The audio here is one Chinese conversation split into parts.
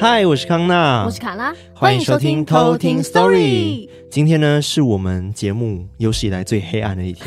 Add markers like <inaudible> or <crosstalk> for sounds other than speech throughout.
嗨，我是康娜我，是卡拉，欢迎收听偷听 Story。今天呢是我们节目有史以来最黑暗的一天，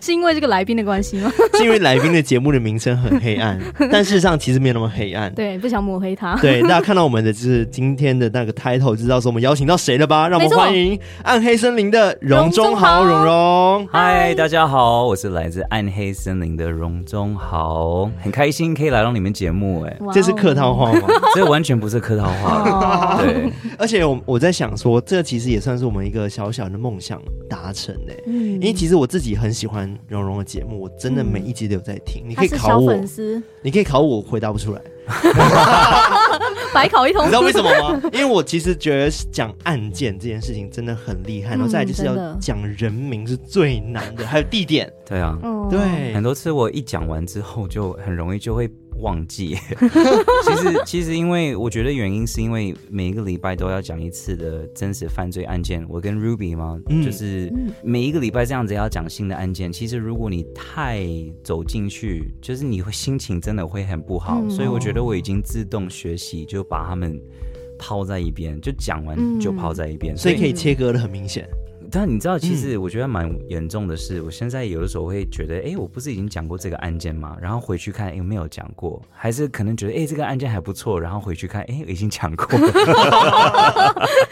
是因为这个来宾的 <laughs> 关系吗？是因为来宾的节目的名称很黑暗，但事实上其实没有那么黑暗。对，不想抹黑 <laughs> 他。对，大家看到我们的就是今天的那个 title，就知道说我们邀请到谁了吧？让我没们错欢迎暗黑森林的荣中豪，荣荣中豪荣。嗨，大家好，我是来自暗黑森林的荣中豪，很开心可以来到你们节目， <laughs> 哎，哇哦这是客套。话吗？这完全不是客套话，哦对，而且我我在想说，这其实也算是我们一个小小的梦想达成嘞、嗯因为其实我自己很喜欢蓉蓉的节目，我真的每一集都有在听。你可以嗯他是考小我，粉丝，你可以考我，我回答不出 <laughs> 来，白考一通。你知道为什么吗？因为我其实觉得讲案件这件事情真的很厉害，然后再来就是嗯真的要讲人名是最难的，还有地点。对啊， <laughs> 嗯对很，多次我一讲完之后就很容易就会忘 <laughs> 记。其实其实因为我觉得原因是因为每一个礼拜都要讲一次的真实犯罪案件，我跟 Ruby 嘛，嗯就是每一个礼拜这样子要讲新的案件。其实如果你太走进去，就是你会心情真的会很不好，嗯所以我觉得我已经自动学习就把他们。抛在一边，就讲完就抛在一边，嗯所以可以切割的很明显。但你知道，其嗯实我觉得蛮严重的是，我现在有的时候会觉得，哎，我不是已经讲过这个案件吗？然后回去看，有没有讲过？还是可能觉得，哎，这个案件还不错，然后回去看，哎，已经讲过， <laughs>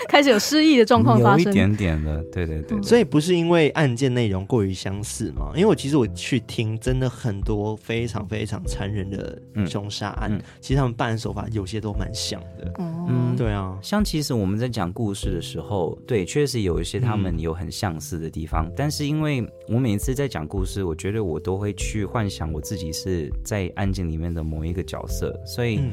开始有失忆的状况有发一生。嗯点点的，对对对，所以不是因为案件内容过于相似吗？因为我其实我去听，真的很多非常非常残忍的嗯凶杀案，嗯其实他们办案手法有些都蛮像的。嗯，对啊，像其实我们在讲故事的时候，对，确实有一些他嗯们有很相似的地方，但是因为我每一次在讲故事，我觉得我都会去幻想我自己是在案件里面的某一个角色，所以嗯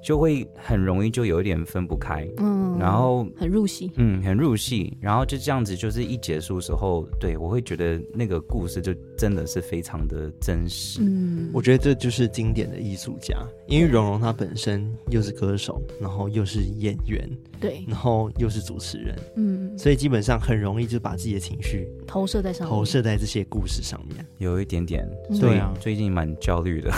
就会很容易就有一点分不开，嗯，然后。很入戏。嗯，很入戏，然后就这样子，就是一结束的时候，对我会觉得那个故事就真的是非常的真实。嗯，我觉得这就是经典的艺术家，因为蓉蓉她本身又是歌手，然后又是演员，对，然后又是主持人，嗯，所以基本上很容易就把自己的情绪投射在上面。投射在这些故事上面。有一点点，嗯所对以啊嗯最近蛮焦虑的。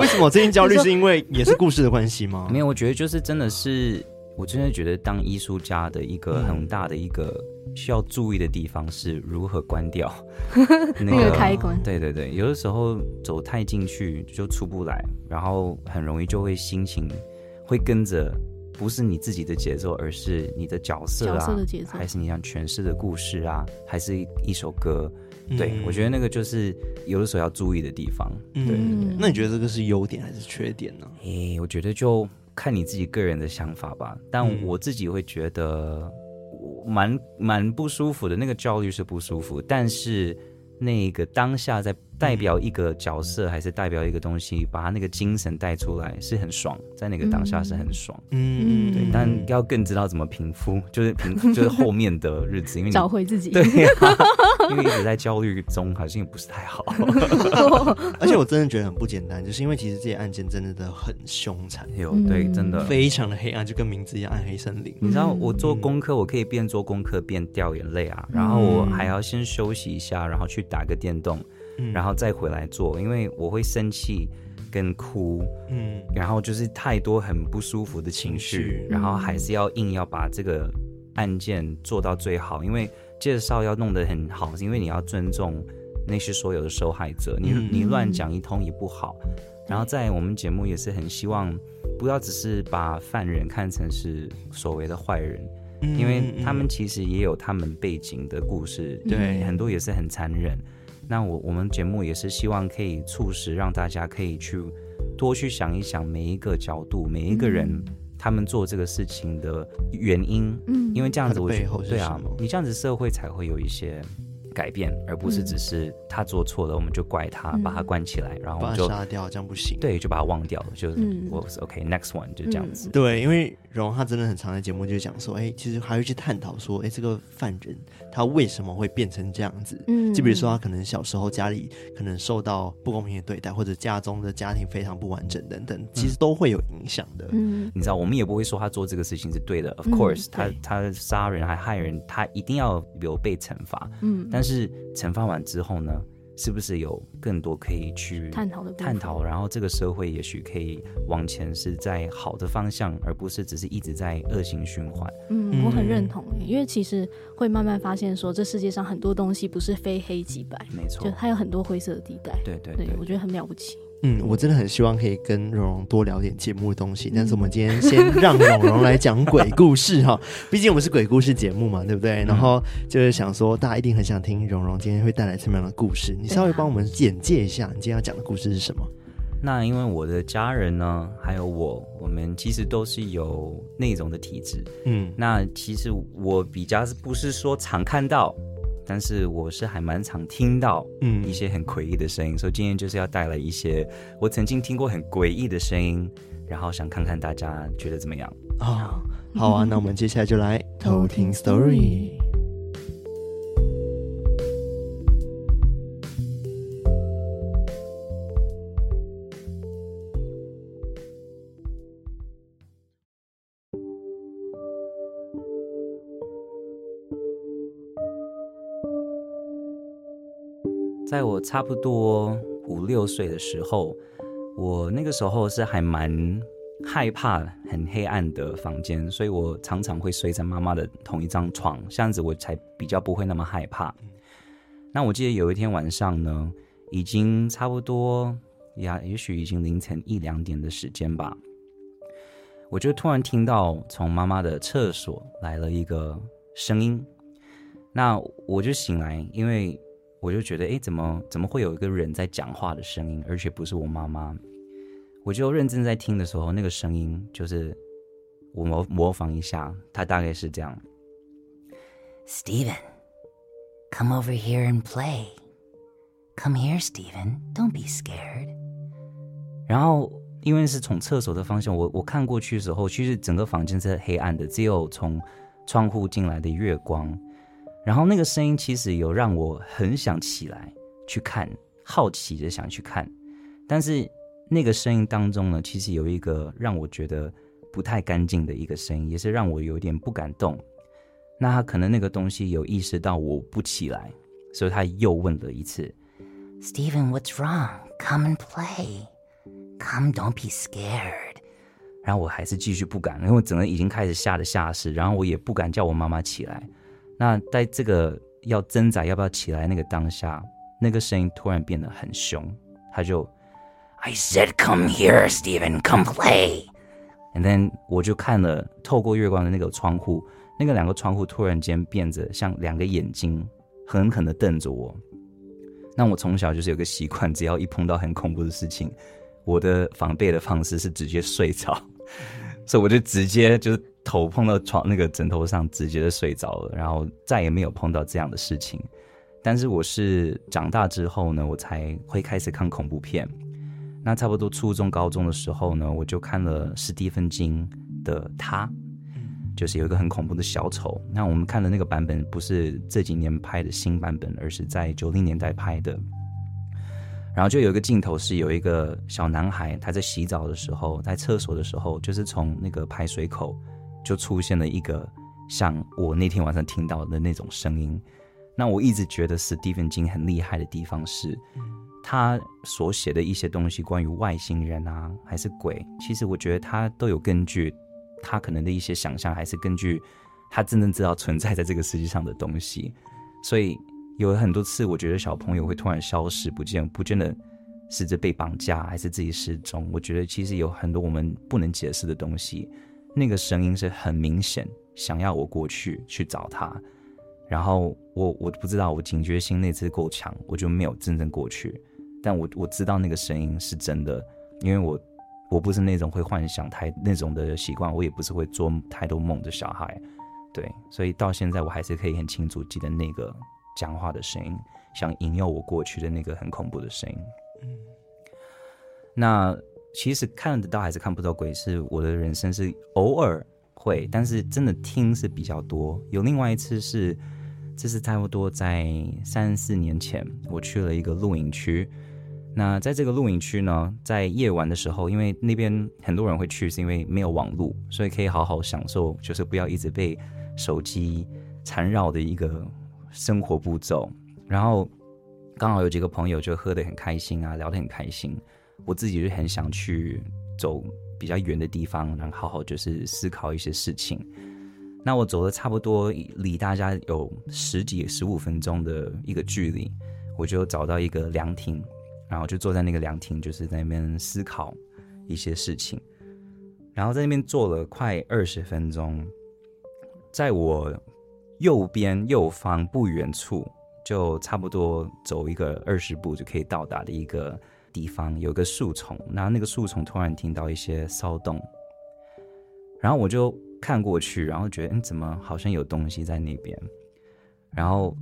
为什么我最近焦虑？ <laughs> 你说是因为也是故事的关系吗？ <laughs> 没有，我觉得就是真的是，我真的觉得当艺术家的一嗯个很大的一个需要注意的地方是如何关 <laughs> 掉那那个开关。对对对，有的时候走太进去就出不来，然后很容易就会心情会跟着不是你自己的节奏，而是你的角色啊，角色的节奏还是你想诠释的故事啊，还是一一首歌。嗯对，我觉得那个就是有的时候要注意的地方。嗯对对对那你觉得这个是优点还是缺点呢？诶、我觉得就看你自己个人的想法吧。但嗯我自己会觉得我蛮蛮不舒服的，那个焦虑是不舒服，但是那个当下在代表一个角色还是代表一个东西，把他那个精神带出来是很爽，在那个当下是很爽。嗯，对但要更知道怎么平复，就是平就是后面的日子，因为你找回自己。对呀、因为一直在焦虑中，好像也不是太好， <laughs> 而且我真的觉得很不简单，就是因为其实这些案件真的很凶残，有对，真的非常的黑暗，就跟名字一样，暗黑森林。你知道我做功课，我可以边做功课边掉眼泪啊，然后我还要先休息一下，然后去打个电动，嗯然后再回来做，因为我会生气跟哭，嗯，然后就是太多很不舒服的情绪嗯情绪，然后还是要硬要把这个案件做到最好，因为介绍要弄得很好，是因为你要尊重那些所有的受害者，你、嗯你乱讲一通也不好。然后在我们节目也是很希望，不要只是把犯人看成是所谓的坏人，嗯因为他们其实也有他们背景的故嗯事，对很多也是很残忍。那我我们节目也是希望可以促使让大家可以去多去想一想每一个角度，每一个人、嗯他们做这个事情的原因，嗯因为这样子我觉它的背后是对啊什么，你这样子社会才会有一些改变，而不是只是他做错了，我们就怪他，嗯把他关起来，然后我把们它就杀掉，这样不行。对，就把他忘掉了，就是、嗯我 OK，next、one 就这样子。对，因为荣他真的很常在节目就讲说，哎、其实还会去探讨说，哎、这个犯人他为什么会变成这样子？嗯就比如说他可能小时候家里可能受到不公平的对待，或者家中的家庭非常不完整等等，其实都会有影响的。嗯你知道，我们也不会说他做这个事情是对的。Of 嗯 course，、对他他杀人还害人，他一定要有被惩罚。嗯，但是惩罚完之后呢，是不是有更多可以去探讨的部分探讨？然后这个社会也许可以往前是在好的方向，而不是只是一直在恶性循环。嗯，我很认同耶，因为其实会慢慢发现说，这世界上很多东西不是非黑即白，嗯没错就，它有很多灰色的地带。对对对对，我觉得很了不起。嗯，我真的很希望可以跟蓉蓉多聊点节目的东西，但是我们今天先让蓉蓉来讲鬼故事 <laughs> 哈，毕竟我们是鬼故事节目嘛，对不对？然后就是想说，大家一定很想听蓉蓉今天会带来什么样的故事，你稍微帮我们简介一下你今天要讲的故事是什么？那因为我的家人呢，还有我，我们其实都是有那种的体质。嗯，那其实我比较是不是说常看到，但是我是还蛮常听到嗯一些很诡异的声音，所以今天就是要带来一些我曾经听过很诡异的声音，然后想看看大家觉得怎么样。哦，好啊，那我们接下来就来偷听 story。在我差不多五六岁的时候，我那个时候是还蛮害怕很黑暗的房间，所以我常常会睡在妈妈的同一张床，这样子我才比较不会那么害怕。那我记得有一天晚上呢，已经差不多呀，也许已经凌晨一两点的时间吧，我就突然听到从妈妈的厕所来了一个声音，那我就醒来，因为我就觉得，诶，怎么怎么会有一个人在讲话的声音，而且不是我妈妈？我就认真在听的时候，那个声音就是我模模仿一下，它大概是这样 Steven, come over here and play. Come here, Steven. Don't be scared. 然后因为是从厕所的方向，我我看过去的时候，其实整个房间是黑暗的，只有从窗户进来的月光。然后那个声音其实有让我很想起来去看，好奇的想去看，但是那个声音当中呢，其实有一个让我觉得不太干净的一个声音，也是让我有点不敢动。那他可能那个东西有意识到我不起来，所以他又问了一次， Steven, what's wrong? Come and play. Come, don't be scared. 然后我还是继续不敢，因为我整个已经开始吓得吓死，然后我也不敢叫我妈妈起来。那在这个要挣扎要不要起来那个当下，那个声音突然变得很凶，他就 I said, come here, Steven. Come play. And then 我就看了透过月光的那个窗户，那个两个窗户突然间变着像两个眼睛，狠狠的瞪着我。那我从小就是有个习惯，只要一碰到很恐怖的事情，我的防备的方式是直接睡着，所以我就直接就是头碰到床那个枕头上，直接就睡着了，然后再也没有碰到这样的事情。但是我是长大之后呢，我才会开始看恐怖片，那差不多初中、高中的时候呢，我就看了史蒂芬金的《他》，就是有一个很恐怖的小丑。那我们看的那个版本不是这几年拍的新版本，而是在九零年代拍的。然后就有一个镜头是有一个小男孩，他在洗澡的时候，在厕所的时候，就是从那个排水口就出现了一个像我那天晚上听到的那种声音。那我一直觉得史蒂芬金很厉害的地方是，他所写的一些东西，关于外星人啊，还是鬼，其实我觉得他都有根据他可能的一些想象，还是根据他真正知道存在在这个世界上的东西。所以有很多次，我觉得小朋友会突然消失不见，不见得是这被绑架，还是自己失踪。我觉得其实有很多我们不能解释的东西。那个声音是很明显想要我过去去找他，然后我我不知道我警觉心那次够强，我就没有真正过去。但我我知道那个声音是真的，因为我我不是那种会幻想太那种的习惯，我也不是会做太多梦的小孩，对，所以到现在我还是可以很清楚记得那个讲话的声音，想引诱我过去的那个很恐怖的声音。那其实看得到还是看不到鬼，是我的人生是偶尔会，但是真的听是比较多。有另外一次是，这是差不多在三四年前，我去了一个露营区。那在这个露营区呢，在夜晚的时候，因为那边很多人会去，是因为没有网路，所以可以好好享受，就是不要一直被手机缠绕的一个生活步骤。然后刚好有几个朋友就喝得很开心啊，聊得很开心。我自己就很想去走比较远的地方，然后好好就是思考一些事情。那我走了差不多离大家有十几十五分钟的一个距离，我就找到一个凉亭，然后就坐在那个凉亭，就是在那边思考一些事情。然后在那边坐了快二十分钟，在我右边右方不远处，就差不多走一个二十步就可以到达的一个地方，有个树丛，然后那个树丛突然听到一些骚动，然后我就看过去，然后觉得嗯，怎么好像有东西在那边，然后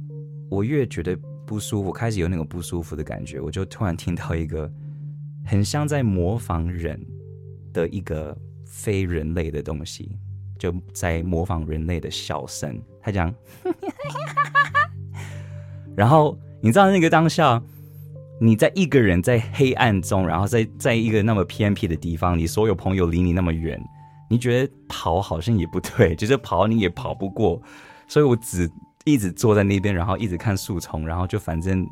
我越觉得不舒服，开始有那种不舒服的感觉，我就突然听到一个很像在模仿人的一个非人类的东西，就在模仿人类的笑声，他讲， <laughs> 然后你知道那个当下。你在一个人在黑暗中，然后在在一个那么偏僻的地方，你所有朋友离你那么远，你觉得跑好像也不对，就是跑你也跑不过，所以我只一直坐在那边，然后一直看树丛，然后就反正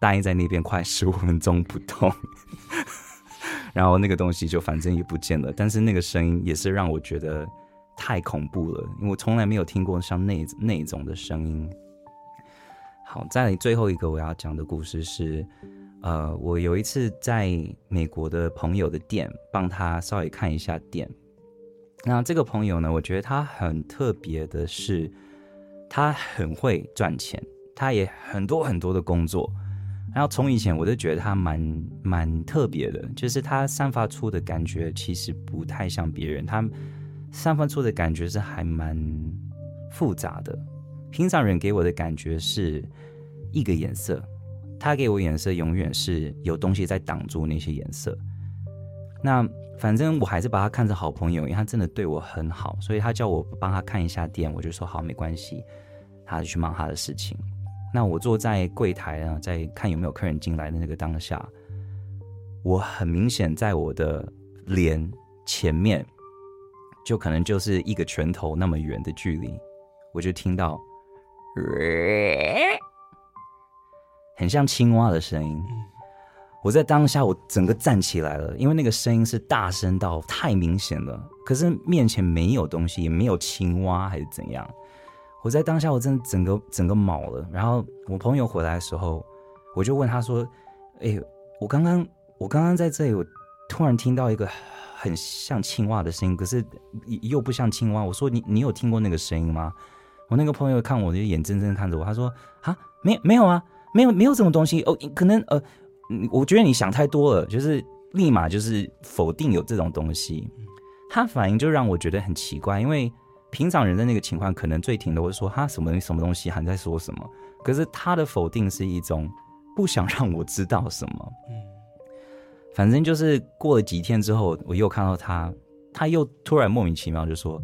待在那边快十五分钟不动， <laughs> 然后那个东西就反正也不见了，但是那个声音也是让我觉得太恐怖了，因为我从来没有听过像那那种的声音。好，在最后一个我要讲的故事是，呃，我有一次在美国的朋友的店帮他稍微看一下店。那这个朋友呢，我觉得他很特别的是，他很会赚钱，他也很多很多的工作。然后从以前我就觉得他蛮蛮特别的，就是他散发出的感觉其实不太像别人，他散发出的感觉是还蛮复杂的。平常人给我的感觉是一个颜色，他给我颜色永远是有东西在挡住那些颜色。那反正我还是把他看成好朋友，因为他真的对我很好，所以他叫我帮他看一下店，我就说好，没关系，他就去忙他的事情。那我坐在柜台啊，在看有没有客人进来的那个当下，我很明显在我的脸前面，就可能就是一个拳头那么远的距离，我就听到很像青蛙的声音。我在当下，我整个站起来了，因为那个声音是大声到太明显了。可是面前没有东西，也没有青蛙还是怎样。我在当下，我真的整个整个毛了。然后我朋友回来的时候，我就问他说：“哎、我刚刚我刚刚在这里，我突然听到一个很像青蛙的声音，可是又不像青蛙。”我说你：“你有听过那个声音吗？”我那个朋友看我就眼睁睁地看着我，他说：“啊，没没有啊，没有没有这种东西哦，可能呃，嗯我觉得你想太多了，就是立马就是否定有这种东西。”他反应就让我觉得很奇怪，因为平常人的那个情况，可能最听的会说：“哈，什么什么东西，还在说什么？”可是他的否定是一种不想让我知道什么。反正就是过了几天之后，我又看到他，他又突然莫名其妙就说：“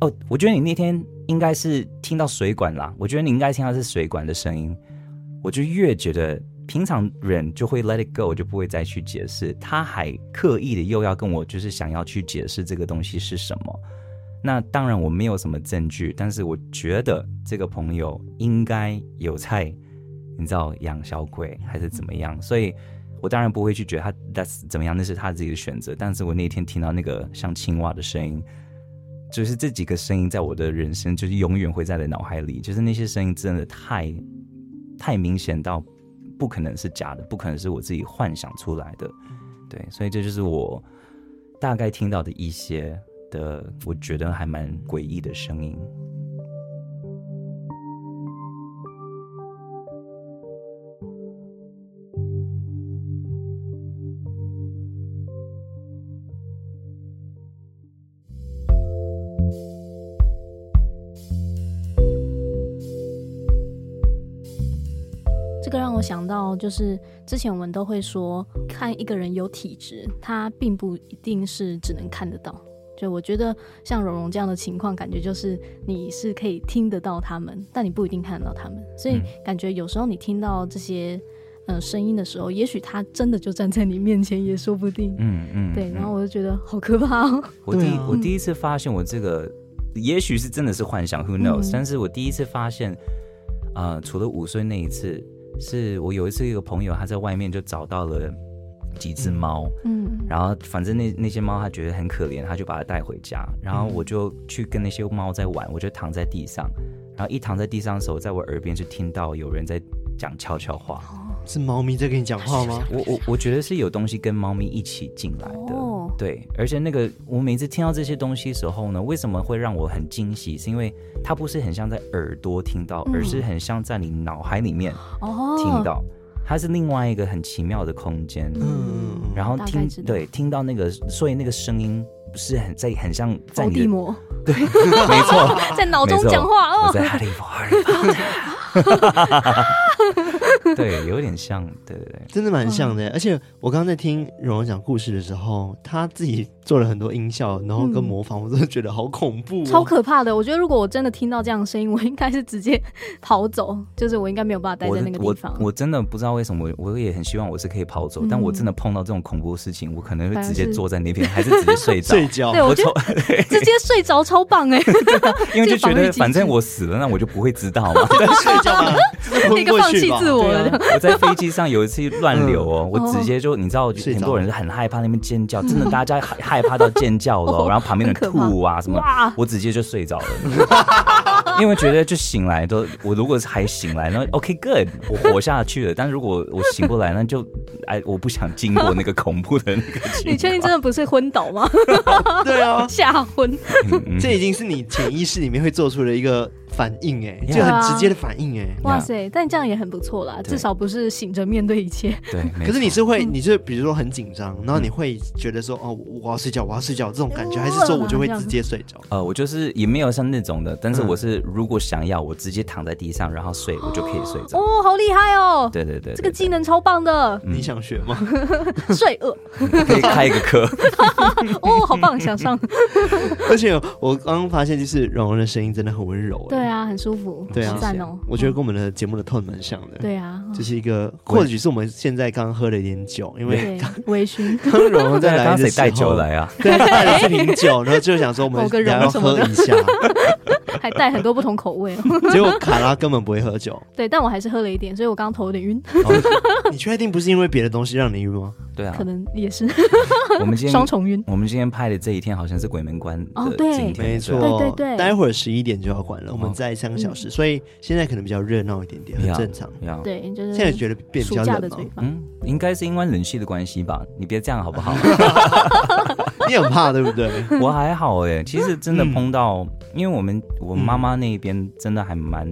哦，我觉得你那天应该是听到水管啦，我觉得你应该听到是水管的声音。”我就越觉得平常人就会 let it go，就不会再去解释。他还刻意的又要跟我就是想要去解释这个东西是什么。那当然我没有什么证据，但是我觉得这个朋友应该有在，你知道养小鬼还是怎么样，所以我当然不会去觉得他 that's 怎么样，那是他自己的选择。但是我那天听到那个像青蛙的声音，就是这几个声音在我的人生就是永远会在我的脑海里，就是那些声音真的太太明显到不可能是假的，不可能是我自己幻想出来的。对，所以这就是我大概听到的一些的，我觉得还蛮诡异的声音。这个让我想到，就是之前我们都会说，看一个人有体质，他并不一定是只能看得到。就我觉得像蓉蓉这样的情况，感觉就是你是可以听得到他们，但你不一定看得到他们。所以嗯感觉有时候你听到这些呃声音的时候，也许他真的就站在你面前，也说不定。嗯嗯对，嗯然后我就觉得好可怕哦。我第、对啊我第一次发现我这个，也许是真的是幻想，Who knows？、嗯但是我第一次发现，呃，除了五岁那一次，是我有一次一个朋友他在外面就找到了几只猫，嗯，然后反正那那些猫它觉得很可怜，它就把它带回家。然嗯后我就去跟那些猫在玩，我就躺在地上，然后一躺在地上的时候，在我耳边就听到有人在讲悄悄话。哦是猫咪在跟你讲话 <laughs> 吗？我我我觉得是有东西跟猫咪一起进来的。哦对，而且那个我每次听到这些东西的时候呢，为什么会让我很惊喜？是因为它不是很像在耳朵听到，而是很像在你脑海里面嗯哦，听到，它是另外一个很奇妙的空间。嗯，然后大概听知道对听到那个，所以那个声音不是很在很像在伏你地的魔没错 <laughs> 在脑中没错讲话我哦。在哈利波哈利波 <laughs> 特， <laughs> 对，有点像，对对对，真的蛮像嗯的。而且我刚刚在听蓉蓉讲故事的时候，她自己做了很多音效，然后跟嗯模仿，我真的觉得好恐怖、哦，超可怕的！我觉得如果我真的听到这样的声音，我应该是直接跑走，就是我应该没有办法待在那个地我方。我我真的不知道为什么，我我也很希望我是可以跑走，但我嗯真的碰到这种恐怖的事情，我可能会直接坐在那边，还是直接睡着。 <laughs> 睡觉对，。我觉错得直接睡着超棒哎、 <laughs> 因为就觉这个防御机得制啊反正我死了，那我就不会 <laughs> 知道嘛。但是睡觉吧，这是一昏个过放去弃吧。自我的对啊 <laughs> 我在飞机上有一次乱流哦，我直接就你知道，嗯睡着很多人很害怕那边尖 <laughs> 叫，真的大家害害怕到尖叫了哦，然后旁边的人很可怕吐啊什么哇，我直接就睡着了， <laughs> 因为觉得就醒来都，我如果还醒来，那 OK good，我活下去了。但如果我醒不来，那就哎，我不想经过那个恐怖的那个情况。 <laughs> 你确定真的不是昏倒 <laughs> 吗？ <laughs> 对啊，吓昏！嗯这已经是你潜意识里面会做出的一个反应，哎， Yeah 就很直接的反应，哎。哇塞，但这样也很不错啦，对至少不是醒着面对一切。对，没错可是你是会，嗯你是比如说很紧张，然后你会觉得说，哦，我我要睡觉，我要睡觉这种感觉，我还是说我就会直接睡着？呃，我就是也没有像那种的，但是嗯我是如果想要，我直接躺在地上，然后睡，我就可以睡着。哦，好厉害哦！对对对，对这个技能超棒的，嗯你想学吗？ <laughs> <laughs> 睡呃，对可以开一个 <laughs> 课。哦，好棒，想 <laughs> 上。而且我刚刚发现，就是蓉蓉的声音真的很温柔，对，啊，很舒服，对啊好赞哦。我觉得跟我们的节目的 tone 蛮像的，，对啊，就是一个或许是我们现在刚喝了一点酒，因为对，微醺。 <laughs> 刚刚蓉蓉在啊来刚刚的谁时带候，酒来啊？对，带了这瓶酒，然后就想说我们某个蓉要什么喝的一下，还带很多不同口味、哦。 <laughs> 结果卡拉根本不会喝酒，对，但我还是喝了一点，所以我刚刚头有点晕，哦你确定不是因为别的东西让你晕吗？对啊可，能也是我 <laughs> 们今双天重晕。我们今天拍的这一天好像是鬼门关哦的对今天，没错，对嗯对对嗯待会儿十一点就要关了，我们再三个小时，所以现在可能比较热闹一点点，很呀正常。呀，对，就是现在觉得变比暑较假冷哦的吗最？棒。嗯，应该是因为冷气的关系吧？你别这样好不好？ <laughs> 你很怕对不对？我还好哎、其实真的碰到，因为我们我妈妈那边真的还蛮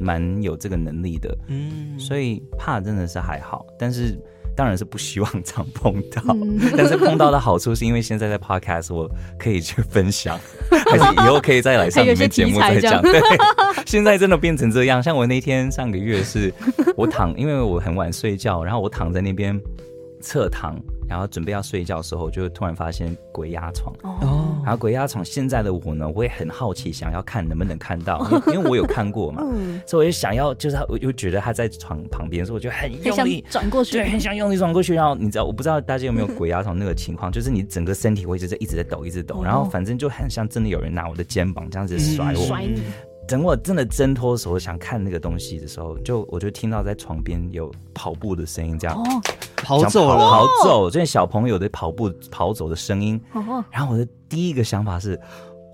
蛮有这个能力的，嗯，所以怕真的是还好，但是当然是不希望常碰到。嗯 <laughs> 但是碰到的好处是因为现在在 podcast 我可以去 <laughs> 分享，还是以后可以再来上你们节目还有再一些题材讲。对，现在真的变成这样。像我那天上个月是，我躺，因为我很晚睡觉，然后我躺在那边侧躺，然后准备要睡觉的时候，就突然发现鬼压床。哦，然后鬼压床，现在的我呢，我也很好奇，想要看能不能看到，因为 <laughs> 因为我有看过嘛，嗯所以我就想要，就是他，我就觉得他在床旁边，所以我就很很用想力转过去对，，很想用力转过去，然后你知道，我不知道大家有没有鬼压床那个情况，就是你整个身体会就是一直在抖，一直抖，嗯哦然后反正就很像真的有人拿我的肩膀这样子甩我。甩你，等我真的挣脱的时候，想看那个东西的时候，就我就听到在床边有跑步的声音，这样、哦跑想走跑了，跑走，就是小朋友的跑步跑走的声音。哦，然后我的第一个想法是，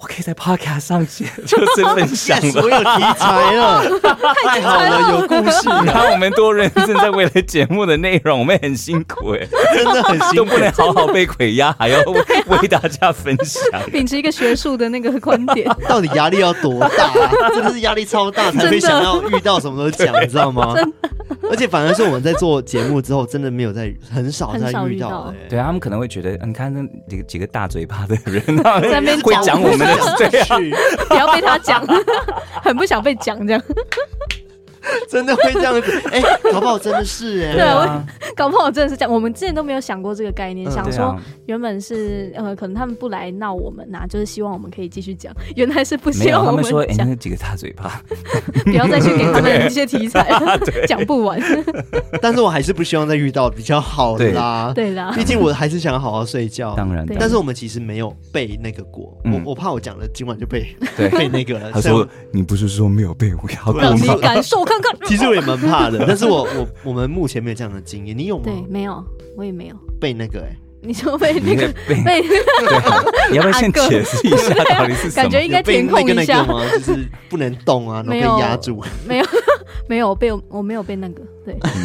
我可以在 podcast 上写，就是分享 <laughs> <laughs> 我了。有题材 <laughs> 了，太好了，有故事然了，啊后我们多认真在为了节目的内容，我们很辛苦哎、 <laughs> 真的很都辛苦不。能好好被鬼压，还要为为大家分享。秉持一个学术的那个观点，到底压力要多大、啊？ <laughs> 真的是压力超大，才会真的想要遇到什么都讲，你知道吗？而且反而是我们在做节目之后，真的没有在很少很在少遇遇到到的、欸。对啊，他们可能会觉得，你看那几个几个大嘴巴的人， <laughs> <laughs> 他在那们边会讲我们的 <laughs> 对啊。去 <laughs> 不要被他讲，很不想被讲这样。真的会这样子？哎、搞不好真的是哎、对 <laughs> 啊啊，搞不好真的是这样。我们之前都没有想过这个概念，嗯想对说啊，原本是呃，可能他们不来闹我们呐、就是希望我们可以继续讲。原来是不没希有，望他我们说哎，讲，那几个大嘴巴，不要再去给他们一些题材， <laughs> 讲不完。但是我还是不希望再遇到比较好的啦。，对啦，毕竟我还是想好好睡觉。当然，对但是我们其实没有背那个果，嗯我我怕我讲了今晚就被对被 <laughs> 那 <laughs> 个了。他虽然说你不是说没有被我要过让你吗？感受看看。其实我也蛮怕的，但是我我我们目前没有这样的经验。你有吗？对，没有，我也没有。背那个哎、你说被你那那个 <laughs> <laughs> 个被被对啊，你要不要先哪个解释一下到底是 <laughs> 什感么？觉应该有背填那空个一那下个，吗？就是不能动 <laughs> 啊，然后没被有压住。没有 <laughs> 没有被我我没有被那个对，嗯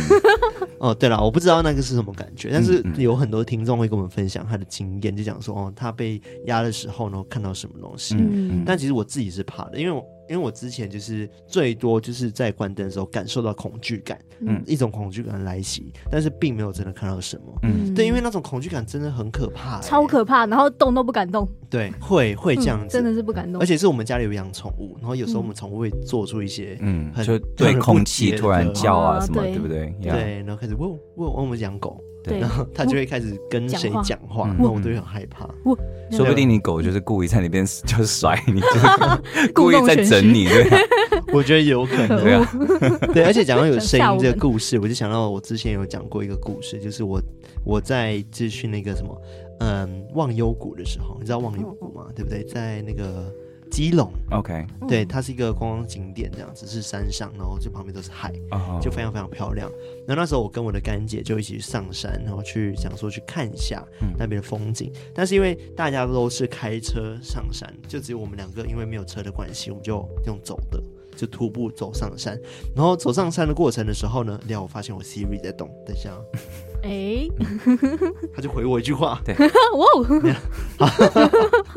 哦，对了，我不知道那个是什么感觉，但是嗯嗯有很多听众会跟我们分享他的经验，就讲说哦，他被压的时候，然后看到什么东西。嗯但其实我自己是怕的，因为我因为我之前就是最多就是在关灯的时候感受到恐惧感，嗯一种恐惧感来袭，但是并没有真的看到什么。嗯对，因为那种恐惧感真的很可怕、欸超可怕，然后动都不敢动，对，会会这样嗯子，真的嗯是不敢动而。且是我们家里有养宠物，然后有时候我们宠物会做出一些，嗯，很就对空气突然叫啊哦什么，对对不对？呀，对，然后开始问问我们养狗，对然，后它就会开始跟谁嗯讲话讲话，嗯然后我都会很害怕。说不定你狗就是故意在那边 <laughs> 就是甩你， <laughs> 就是故故弄意在玄虚整你，对啊我觉得有可 <laughs> 可 <laughs> 能，对啊恶，对，而且讲到有声想嗯吓我音们这个故事，我就想到我之前有讲过一个故事，就是我我在咨询那个什么，嗯，忘忧谷的时候，你知道忘忧谷嗯吗？对不对？在那个基隆， ，OK， <laughs> 对，它是一个观光景点，这样子是山上，然后就旁边都是海，哦就非常非常漂亮。然后那时候我跟我的干姐就一起上山，然后去想说去看一下嗯那边的风景。但是因为大家都是开车上山，就只有我们两个因为没有车的关系，我们就用走的，就徒步走上山。然后走上山的过程的时候呢，聊我发现我 Siri 在动，等一下啊，哎，嗯他就回我一句话， <laughs> 哇哦，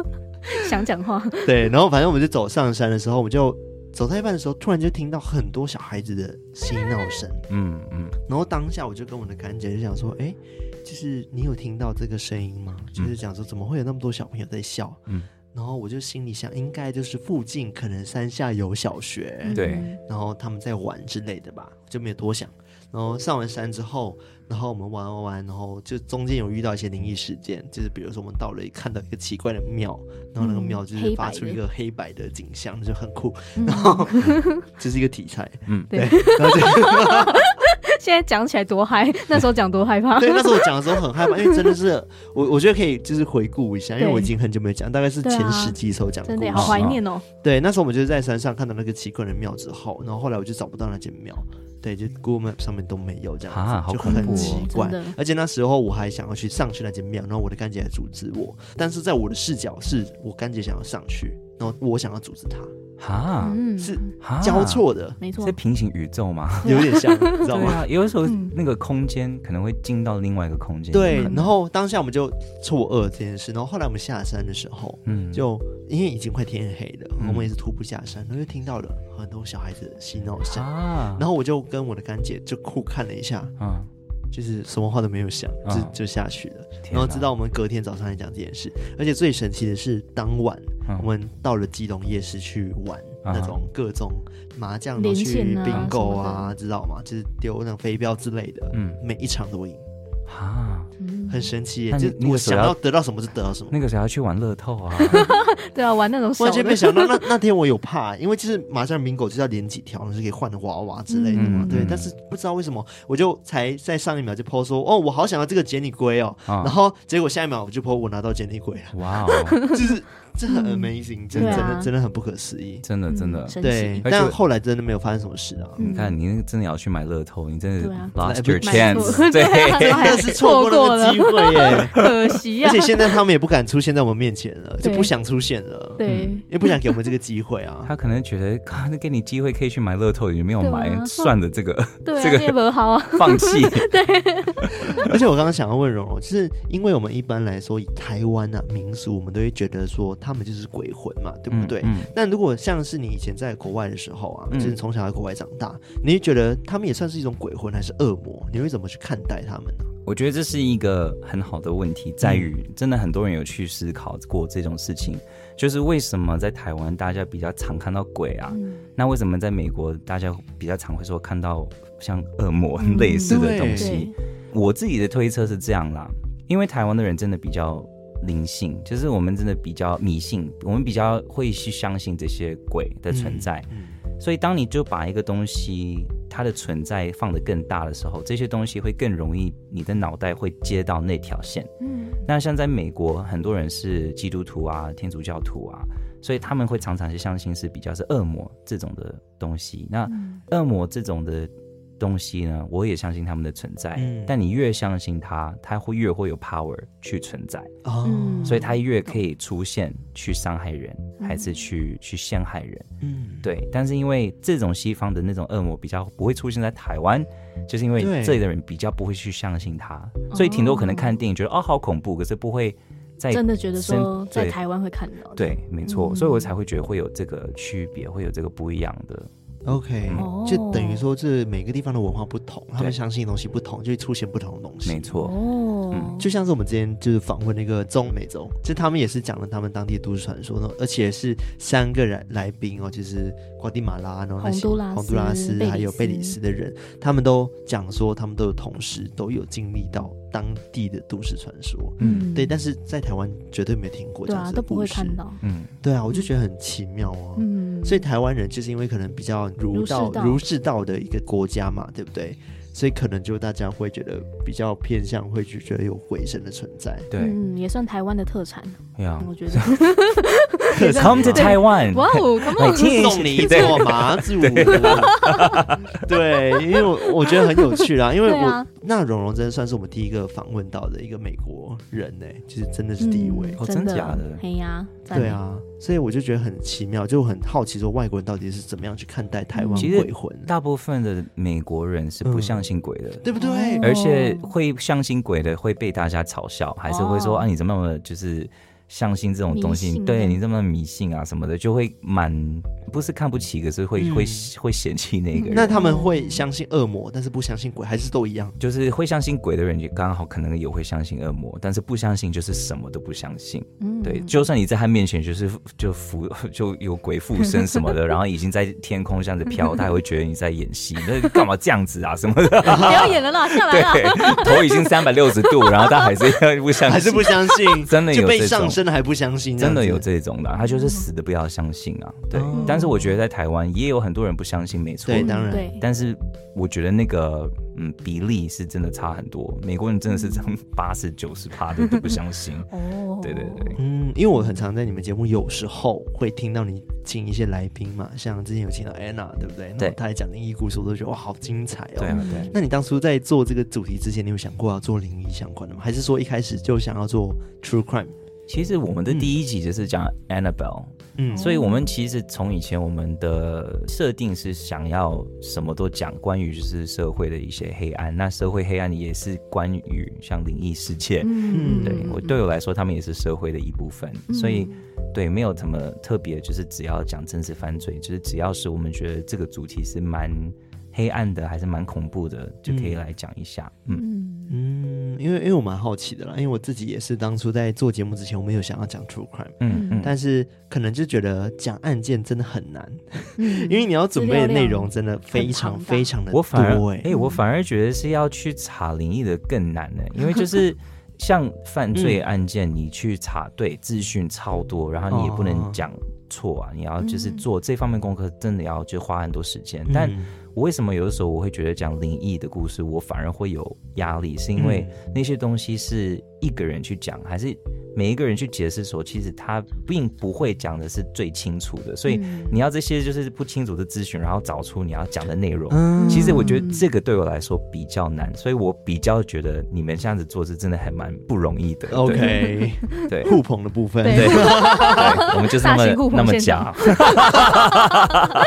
<laughs> 想 <laughs> 讲话，对。然后反正我们就走上山的时候，我们就走到一半的时候，突然就听到很多小孩子的嬉闹声。嗯嗯，然后当下我就跟我的干姐就讲说，哎、就是你有听到这个声音吗？就是讲说怎么会有那么多小朋友在笑？嗯然后我就心里想，应该就是附近可能山下有小学，对嗯然后他们在玩之类的吧，就没有多想。然后上完山之后，然后我们玩玩玩，然后就中间有遇到一些灵异事件，就是比如说我们到了一看到一个奇怪的庙，然后那个嗯庙就是黑发白出的一个黑白的景象，就很酷，嗯然后 <laughs> 这是一个题材，嗯对，然后就。现在讲起来多嗨，那时候讲多害 <laughs> 怕，对，那时候我讲的时候很害怕，因为真的是我，我觉得可以就是回顾一下，因为对我已经很久没有讲，大概是对啊前十集的时候讲的真故的事。好怀念哦。对，那时候我们就是在山上看到那个奇怪的庙之后，然后后来我就找不到那间庙，对，就 Google Map 上面都没有这样子，啊好就恐怖很哦奇怪真的。而且那时候我还想要去上去那间庙，然后我的干姐还阻止我，但是在我的视角是我干姐想要上去，然后我想要阻止她，哈嗯，啊是哈，交，错的，没错这，平行宇宙吗？ <laughs> 有点像，你知道 <laughs> 对吗？ <laughs> 啊，有的时候嗯那个空间可能会进到另外一个空间，对有可，能然后当下我们就错愕这件事，然后后来我们下山的时候，嗯就因为已经快天黑了，嗯我们也是徒步下山，然后就听到了很多小孩子的嬉闹声，啊，然后我就跟我的干姐就互看了一下，嗯，就是什么话都没有想，啊就就下去了。天然后哪直到我们隔天早上来讲这件事，而且最神奇的是当晚嗯我们到了基隆夜市去玩啊那种各种麻将连都去线啊 bingo 什么啊，知道吗？就是丢那种飞镖之类的，嗯每一场都赢，哈，嗯很神奇耶。那你就那个我时候想要要得到什么就得到什么。那个谁要去玩乐透 <laughs> 啊？对啊，玩那种突小然间没的，想到那那天我有怕，因为就是麻将名狗就是要连几条，你是可以换娃娃之类的嘛，嗯对嗯。但是不知道为什么，我就才在上一秒就 PO 说，哦，我好想要这个杰尼龟哦，啊然后结果下一秒我就 PO 我拿到杰尼龟了， <laughs> 哇哦，就是这很 amazing，、真的对真啊的真的很不可思议。真的真的嗯，神对奇，，而且但后来真的没有发生什么事 <laughs> 啊。你看，你那个真的要去买乐透，你真的嗯对啊 lost your <laughs> 买错 chance，对啊真对！的是错过那个机会耶可 <laughs> 惜啊而呀且，现在他们也不敢出现在我们面前了，就对不想出现了，对。也不想给我们这个机会 <laughs> 啊。他可能觉得，啊那给你机会可以去买乐透，你没有买对，啊算了，这个 <laughs> 对这啊，个也不好啊，放 <laughs> 弃。 <laughs> 而且我刚刚想要问蓉蓉，就是因为我们一般来说以台湾啊民俗，我们都会觉得说他们就是鬼魂嘛，对不对？嗯但如果像是你以前在国外的时候啊，嗯就是从小在国外长大，你会觉得他们也算是一种鬼魂还是恶魔？你会怎么去看待他们呢、我觉得这是一个很好的问题，嗯在于真的很多人有去思考过这种事情，就是为什么在台湾大家比较常看到鬼啊？嗯，那为什么在美国大家比较常会说看到像恶魔 <laughs> 类似的东西？嗯对，我自己的推测是这样啦，因为台湾的人真的比较灵性，就是我们真的比较迷信，我们比较会去相信这些鬼的存在。嗯所以，当你就把一个东西它的存在放得更大的时候，这些东西会更容易，你的脑袋会接到那条线。嗯，那像在美国，很多人是基督徒啊、天主教徒啊，所以他们会常常去相信是比较是恶魔这种的东西。那嗯恶魔这种的东西呢，我也相信他们的存在，嗯哎但你越相信它，它会越会有 power 去存在，哦嗯，所以它越可以出现去伤害人，还嗯是去去陷害人。嗯，对，但是因为这种西方的那种恶魔比较不会出现在台湾，就是因为对这里的人比较不会去相信它，哦所以挺多可能看电影觉得哦好恐怖，可是不会在真的觉得说哎深在对台湾会看到，，对，没错，嗯所以我才会觉得会有这个区别，会有这个不一样的。 ，OK，哦就等于说这每个地方的文化不同，他们对相信的东西不同，就会出现不同的东西没。错，嗯哦，就像是我们之前就是访问那个中美洲，就他们也是讲了他们当地都市传说呢，而且是三个来来宾哦，就是瓜地马拉，然后那些洪都拉斯洪都拉斯贝里还有贝里斯斯的人，他们都讲说他们都有同时都有经历到当地的都市传说。嗯，对，但是在台湾绝对没有听过这对样啊，子的都不会故事看。到，嗯，对啊，我就觉得很奇妙哦。嗯，所以台湾人就是因为可能比较儒道儒释道儒释道的一个国家嘛，对不对？所以可能就大家会觉得比较偏向会去觉得有鬼神的存 <laughs> 在。对，哦嗯，也算台湾的特产，呀我觉 <laughs> 得。 ，Come to Taiwan，哇哦，Come on，听送你一座麻祖， <laughs> 对，因为我我觉得很有趣 <laughs> 啦，因为对我、啊那蓉蓉真的算是我们第一个访问到的一个美国人呢、就是真的是第一位，嗯哦真真假的嘿呀，赞对啊，所以我就觉得很奇妙，就很好奇说外国人到底是怎么样去看待台湾嗯其实鬼魂，大部分的美国人是不嗯相信鬼的，对不对？哦而且会相信鬼的会被大家嘲笑，还是会说、哦啊你怎么那么就是相信这种东迷西？信对你这么迷信啊什么的，就会蛮不是看不起，可是会、嗯会会嫌弃那嗯个人。那他们会相信恶魔，但是不相信鬼，还是都一 <laughs> 样？就是会相信鬼的人，也刚好可能也会相信恶魔，但是不相信就是什么都不相信。嗯对，就算你在他面前就是就附 <laughs> 就有鬼附身什么的，然后已经在天空这样子飘，他还会觉得你在演戏， <laughs> 那干嘛这样子啊什么 <laughs> 的？不要演了啦，下来啦。对，头已经三百六十度，然后他还是要不相信，还是不相 <laughs> 信？真的有就被这种上身了还不相信？真的样有子这种的啊，他就是死的不要相信啊。对，哦但是我觉得在台湾也有很多人不相信，没错。 <laughs> 对嗯当然对，但是我觉得那个嗯比例是真的差很多，美国人真的是 <laughs> 这样八十九十趴的都不相信。哦，对对对，嗯，因为我很常在你们节目，有时候会听到你请一些来宾嘛，像之前有请到 Anna，对不对？对她也讲灵异故事，我都觉得哇，好精彩哦。对啊对。那你当初在做这个主题之前，你有想过要做灵异相关的吗？还是说一开始就想要做 true crime？其实我们的第一集就是讲 Annabelle，嗯所以我们其实从以前我们的设定是想要什么都讲，关于就是社会的一些黑暗，那社会黑暗也是关于像灵异世界，嗯，嗯，对我对我来说，他们也是社会的一部分，所以对没有什么特别，就是只要讲真实犯罪，就是只要是我们觉得这个主题是蛮黑暗的，还是蛮恐怖的，就可以来讲一下。嗯，嗯，嗯，因为因为我蛮好奇的啦，因为我自己也是当初在做节目之前，我们有想要讲 true crime，嗯嗯，但是可能就觉得讲案件真的很难，因 <laughs> 因为你要准备的嗯资料量内容真的非常很庞大非常的我反而多、哎、欸，我反而觉得是要去查灵异的更难呢、因为就是。 <laughs> 像犯嗯罪案件，你去查对资讯超多，然后你也不能哦讲错啊，你要就是做这方面功课，真的要就花很多时间。但嗯我为什么有的时候我会觉得讲灵异的故事，我反而会有压力，是因为嗯那些东西是一个人去讲，还是每一个人去解释的时候，其实他并不会讲的是最清楚的，嗯所以嗯你要这些就是不清楚的资讯，然后找出你要讲的内容。嗯其实我觉得这个对我来说比较难，所以我比较觉得你们这样子做是真的还蛮不容易的。对 <laughs> OK <laughs> 对互捧的部分，对对，对我们就是那大型互捧么那么现假场，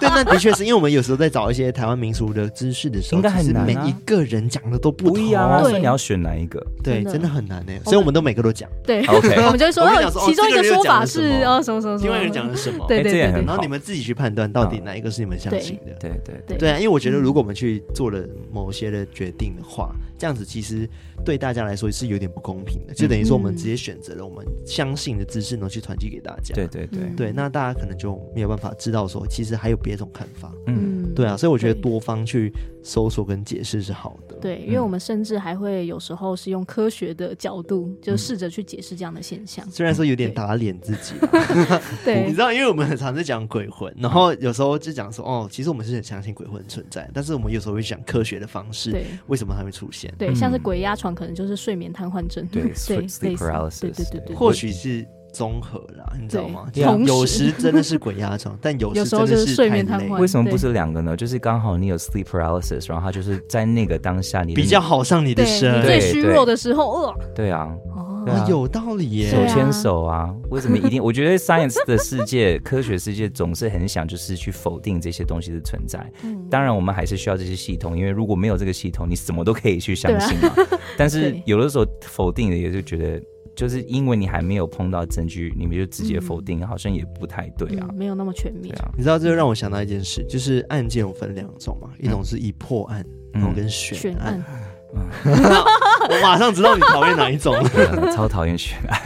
对，那的确是因为我们有时候在找一些台湾民俗的知识的时候，应该很其实难啊每一个人讲的都不不同，一样啊，对所以你要选哪一个？对，真的欸真的很难呢。所以我们都每个都讲，讲，对 OK 我们就会说，我跟你哦讲说，哦其中一这个个人又说讲法了是什么哦什么什么什么，另外一个人讲的是什么？对哎对这也对很对好然后你们自己去判断到嗯底哪一个是你们相信的。对对对，对嗯对啊，因为我觉得如果我们去做了某些的决定的话，这样子其实对大家来说是有点不公平的，就等于说我嗯们直接选择了我们相信的知识，然后去传递给大家。对对对，嗯对，那大家可能就没有办法知道说，其实还有别种看法。嗯，嗯，对啊，所以我觉得对多方去搜索跟解释是好的。对，因为嗯我们甚至还会有时候是用科学的角度，嗯就试着去解释这样的现象。虽然说有点对打脸自己啦， <laughs> 你对知，道，因为我们很常在讲鬼魂，然后有时候就讲说，哦，其实我们是很相信鬼魂存在，但是我们有时候会讲科学的方式，对，为什么它会出现？对，嗯像是鬼压床，可能就是睡眠瘫痪症，对对 sleep 类似 paralysis，对对对对，或许是综合啦，你知道吗？对就同时有时真的是鬼 <laughs> 压床，但有有时时候真的就是睡太眠瘫累痪为什么不是两个呢？就是刚好你有 sleep paralysis，然后他就是在那个当下你的比较好上你的对身你。最对虚弱的时候，呃，对啊，哦对，啊啊有道理耶，手对啊牵手 <laughs> 啊，为什么一定？我觉得 science 的世界、科学世界总是很想就是去否定这些东西的存在。嗯当然，我们还是需要这些系统，因为如果没有这个系统，你什么都可以去相信嘛。但 <laughs> 是对有的时候否定的也是觉得，就是因为你还没有碰到证据，你们就直接否定，好像也不太对啊嗯嗯。没有那么全面对，啊，你知道，这就让我想到一件事，就是案件有分两种嘛，一种是已破案，然后跟悬悬案案。， <laughs> 我马上知道你讨厌哪一 <laughs> 种了。对啊超讨厌悬案。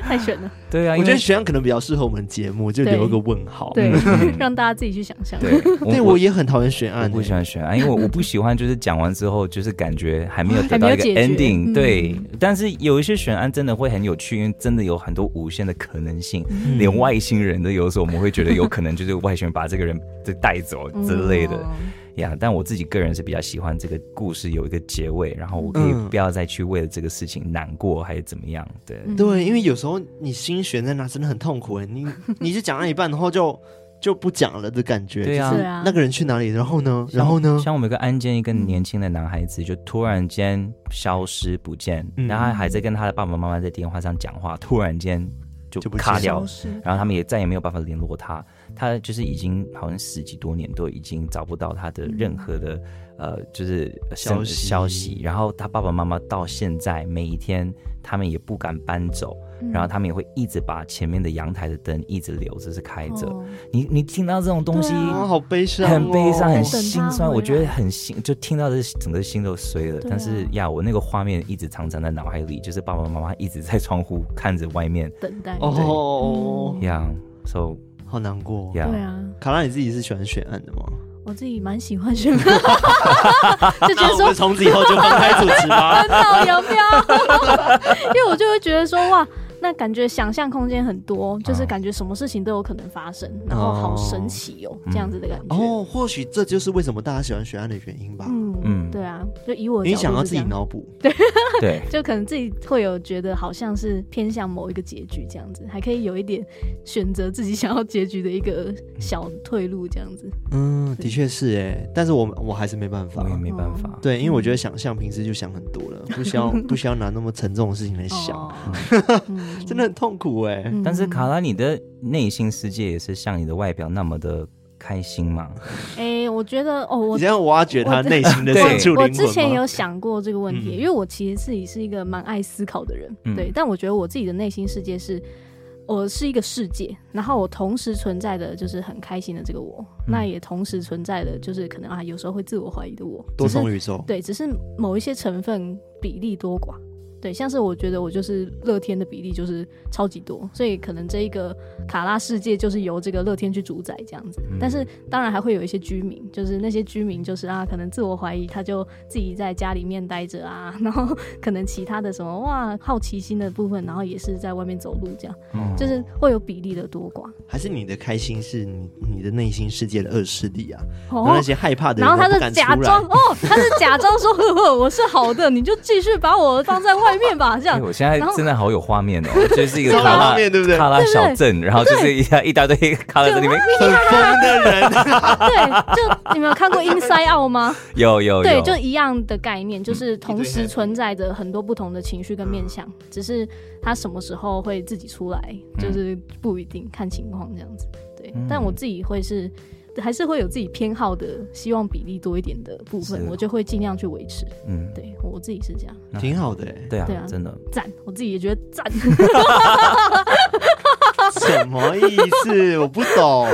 太悬了， <laughs> 对啊，我因觉为得悬案可能比较适合我们节目，就留一个问号。对嗯，让大家自己去想象。嗯对， <laughs> 对我也很讨厌悬案我欸，不喜欢悬案，因为我我不喜欢就是讲完之后就是感觉还没有得啊还没到有一个解决 ending，嗯对。但是有一些悬案真的会很有趣，因为真的有很多无限的可能性，嗯连外星人的有时候我们会觉得有可能就是外星人把这个人就带走嗯之类的呀。但我自己个人是比较喜欢这个故事有一个结尾，然后我可以嗯不要再去为了这个事情难过还是怎么样，对。嗯对，因为有时候你心悬在那真的很痛苦哎，你你是讲到一半，然后就就不讲了的感 <laughs> 觉。对啊就是对啊那个人去哪里？然后呢？然后呢？嗯像我们有个案件，一个年轻的男孩子就突然间消失不见，嗯然后还在跟他的爸爸妈妈在电话上讲话，突然间就就不见卡掉消，失然后他们也再也没有办法联络他。他就是已经好像十几多年都已经找不到他的任何的、呃，就是嗯消呃息消息。然后他爸爸妈妈到现在每一天，他们也不敢搬走，嗯嗯然后他们也会一直把前面的阳台的灯一直留着是开着。哦你你听到这种东西，对啊啊，好悲伤哦，很悲伤，很等他心酸。回我觉得来很心，就听到这整个心都碎了。对啊但是呀，我那个画面一直常常在脑海里，就是爸爸妈妈一直在窗户看着外面等待。哦，呀。So <laughs> 好难过。呀对，啊，卡拉，你自己是喜欢悬案的吗？我自己蛮喜欢 <laughs> 悬案，就觉那得我说们从此以后就分开主持 <laughs> 吧。到哦有没有？因为我就会觉得说，哇，那感觉想象空间很多，就是感觉什么事情都有可能发生，然后好神奇哦，这样子的感觉。哦，或许这就是为什么大家喜欢悬案的原因吧。嗯嗯对啊，就以我的你角想要度是自这己样，啊脑补，对，就可能自己会有觉得好像是偏向某一个结局这样子，还可以有一点选择自己想要结局的一个小退路这样子。嗯，的确是哎，但是我我还是没办法我也。没办哦法。对，因为我觉得想象平时就想很多 <laughs> 了，不需要不需要拿那么沉重的事情来想，哦， <laughs> 嗯真的，很痛苦哎。嗯但是卡拉，你的内心世界也是像你的外表那么的开心嘛？哎，我觉得哦，我你这样挖掘他内心的我深处灵魂我之前吗有想过这个问题，嗯因为我其实自己是一个蛮爱思考的人，嗯对，但我觉得我自己的内心世界是。我是一个世界，然后我同时存在的就是很开心的这个我，嗯那也同时存在的就是可能啊，有时候会自我怀疑的我，多只是重宇宙，对，只是某一些成分比例多寡。对，像是我觉得我就是乐天的比例就是超级多，所以可能这一个卡拉世界就是由这个乐天去主宰这样子。嗯但是当然还会有一些居民，就是那些居民就是啊，可能自我怀疑，他就自己在家里面待着啊， <laughs> 然后可能其他的什么哇好奇心的部分，然后也是在外面走路这样，哦就是会有比例的多寡。还是你的开心是你你的内心世界的恶势力啊？然后哦那，些害怕的然后人都不他是敢假出装来。哦，他是假装说呵呵，我是好的，你就继续把我放在外面吧，这 <laughs> 样哎，。我现在然后真的好有画面 <laughs> 哦，就是一个超有卡拉画面对不对卡拉对小镇，然后就是一大一大堆卡拉在里面，很疯的人，对，就你们有看过《Inside Out》吗？有有有，对，就一样的概念，就是同哦嗯一堆嗯时人存在着很多不同的情绪跟面相，只是它什么时候会嗯自己出来，就是不一定，看情况这样子。对，但我自己会是还是会有自己偏好的，希望比例多一点的部分，是我就会尽量去维持。嗯，对我自己是这样，挺好的欸。对对啊啊，真的，赞，我自己也觉得 <laughs> 赞。什么意思？我不 <laughs> 懂。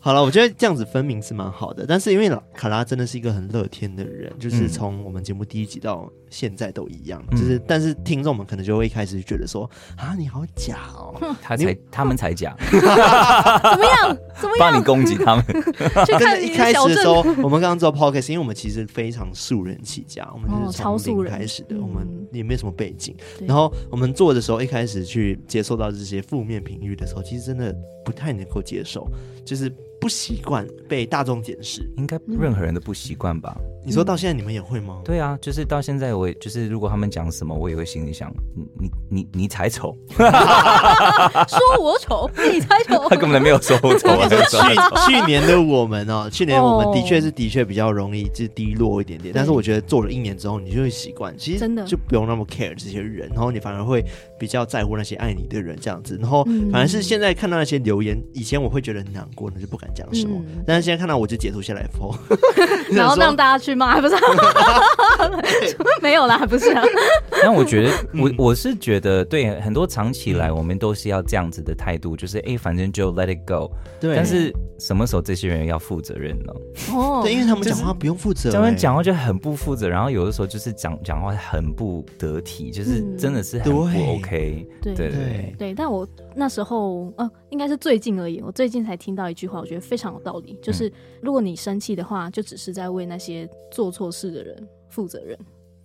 好了，我觉得这样子分明是蛮好的，但是因为卡拉真的是一个很乐天的人，就是嗯从我们节目第一集到现在都一样，嗯就是但是听众们可能就会一开始觉得说啊，你好假哦，他你才他们 <laughs> 才讲，怎么样？怎么帮你样？攻击 <laughs> 他们，去真的，看你一的开小始的时 <laughs> 候镇。，我们刚刚做 podcast，因为我们其实非常素人起家，我们哦就是超从素零人开始的，嗯我们也没有什么背景。对然后我们做的时候，一开始去接受到这些负面评语的时候，其实真的不太能够接受，就是不习惯被大众检视。应该任何人都不习惯吧？你说嗯到现在你们也会吗？对啊，就是到现在我也就是如果他们讲什么，我也会心里想，你你你你才 <laughs> 丑，说我丑，你才 <laughs> 丑他。根本没有说我丑啊，就 <laughs> 说他丑去去年的我们哦，去年我们哦的确是的确比较容易就低落一点点，但是我觉得做了一年之后，你就会习惯，其实真的就不用那么 care 这些人，然后你反而会比较在乎那些爱你的人这样子，然后嗯反而是现在看到那些留言，以前我会觉得很难过，那就不敢讲什么嗯，但是现在看到我就截图下来 po， <laughs> 然想后说让大家去骂，不是？ <laughs> 没有啦，不是啊。但我觉得，我我是觉得，对很多长期以来，我们都是要这样子的态度，就是哎，反正就 let it go。 <laughs> 对，但是什么时候这些人要负责任呢？哦对，因为他们就是讲话不用负责，他们讲欸话就很不负责，然后有的时候就是讲讲话很不得体，就是嗯真的是很不对 OK。对对对对，但我那时候呃，应该是最近而已。我最近才听到一句话，我觉得非常有道理，嗯就是如果你生气的话，就只是在为那些做错事的人负责任，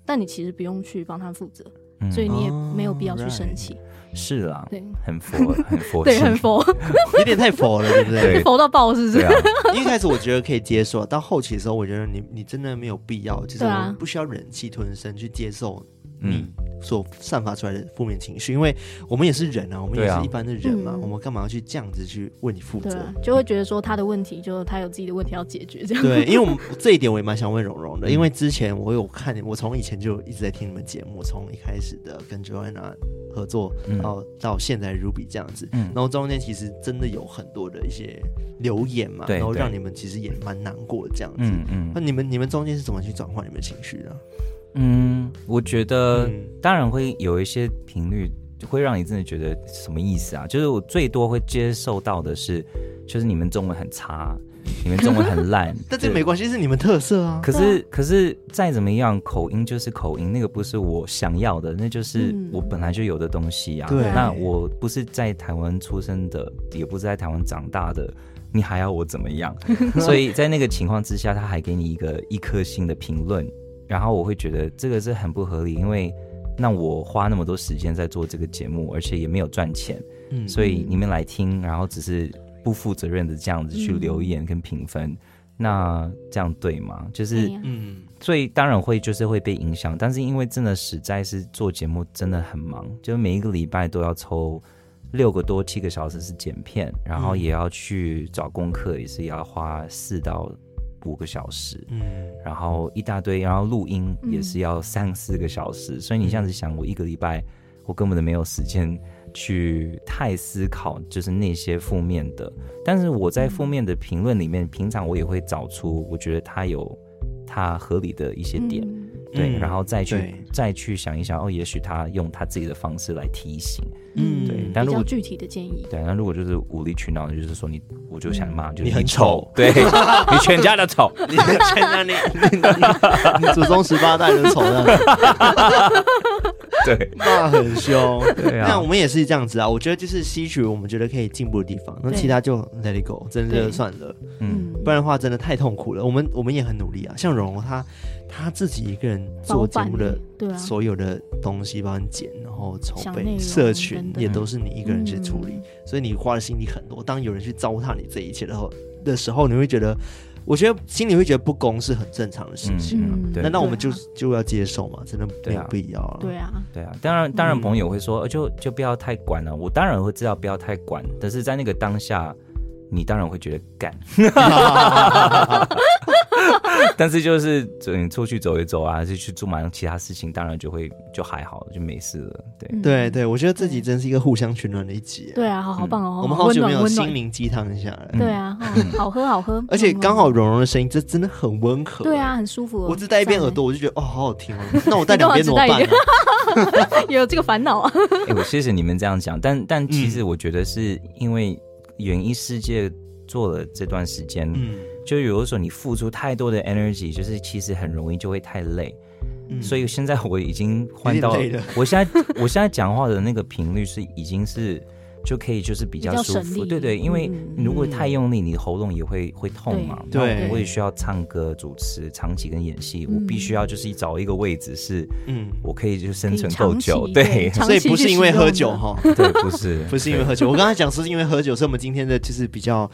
但你其实不用去帮他负责，嗯所以你也哦没有必要去 right 生气。是啦，对 <laughs> 很佛，很佛对，系，很佛，有点太佛了，对不对 <laughs> 对？佛到爆，是不对是？啊， <laughs> 一开始我觉得可以接受，到后期的时候，我觉得你你真的没有必要，就是对我啊们不需要忍气吞声去接受你嗯，所散发出来的负面情绪，因为我们也是人啊，我们也对啊是一般的人嘛，嗯我们干嘛要去这样子去为你负对责？啊，就会觉得说他的问题，就他有自己的问题要解决，这样。对，因为我们这一点我也蛮想问蓉蓉嗯的，因为之前我有看，我从以前就一直在听你们节目，从一开始的跟 Joanna 合作，嗯到、到现在 Ruby 这样子，嗯然后中间其实真的有很多的一些留言嘛，对然后对让你们其实也蛮难过的这样子。嗯嗯那你们你们中间是怎么去转换你们情绪的？嗯，我觉得嗯当然会有一些频率会让你真的觉得什么意思啊？就是我最多会接受到的是，就是你们中文很差，你们中文很烂 <laughs> ，但这没关系，是你们特色啊。可是，可是再怎么样，口音就是口音，那个不是我想要的，那就是嗯我本来就有的东西啊。对那我不是在台湾出生的，也不是在台湾长大的，你还要我怎么样？所以在那个情况之下，他还给你一个一颗星的评论，然后我会觉得这个是很不合理，因为那我花那么多时间在做这个节目，而且也没有赚钱，嗯所以你们来听，然后只是不负责任的这样子去留言跟评分。那这样对吗？就是哎呀嗯，所以当然会就是会被影响，但是因为真的实在是做节目真的很忙，就是每一个礼拜都要抽六个多七个小时是剪片，然后嗯也要去找功课，也是要花四到五个小时，嗯，然后一大堆，然后录音也是要三四个小时，所以你这样子想，我一个礼拜我根本都没有时间去太思考，就是那些负面的。但是我在负面的评论里面，平常我也会找出我觉得它有它合理的一些点，嗯对，嗯然后再去对再去想一想，哦，也许他用他自己的方式来提醒，嗯对比但如较果具体的建议。对，那如果就是无理取闹，就是说你，我就想骂，就是嗯你很丑丑，对你全家都丑，你在那里，你 <laughs> 你你祖宗十八代都丑样子，对，那很凶。对啊那我们也是这样子啊，我觉得就是吸取我们觉得可以进步的地方，那对其他就 let it go，真的对就算了，嗯。嗯，不然的话真的太痛苦了。我们我们也很努力啊，像蓉蓉她她自己一个人做包节办目的欸对啊，所有的东西，包括剪，然后筹想内备、容社群等，等也都是你一个人去处理嗯，所以你花的心力很多。当有人去糟蹋你这一切的后的时候，你会觉得，我觉得心里会觉得不公是很正常的事情啊。嗯对难道我们对就啊就要接受吗？真的没对有啊必要啊。对啊，对啊，当然，当然，嗯朋友会说，呃就就不要太管了。我当然会知道不要太管，但是在 <laughs> 那个当下，你当然会觉得干，但是就是嗯出去走一走啊，还是去做完其他事情，当然就会就还好，就没事了。 <laughs> 对，嗯对对，我觉得自己真是一个互相取暖的一集。对啊，好好棒哦，我们好温久没暖有温心暖。灵鸡汤一下了，对啊，哦好喝好喝，而且嗯刚好蓉蓉的声音，这真的很温和。对啊，，很舒服哦。我只戴一边赞耳朵，我就觉得哦，好好听哦。那我戴 <laughs> 你两干嘛边只怎么办啊戴一呢？欸，有这个烦恼啊。哎、我谢谢你们这样讲，但嗯但其实我觉得是因为演艺世界做了这段时间，嗯就有的时候你付出太多的 energy，就是其实很容易就会太累。嗯所以现在我已经换到有点累了，我现在我现在讲话的那个频率是已经是就可以就是比较比较舒省服，力对对，因为嗯你如果太用力，你喉咙也会会痛嘛。对那对我也需要唱歌、主持、长期跟演戏，嗯我必须要就是找一个位置是嗯，我可以就可生以存长够久，期对长所以期不去是因为使用喝的酒哈， <laughs> 对，不是不是因为喝酒。我刚才讲说是因为喝酒，所以我们今天的就是比较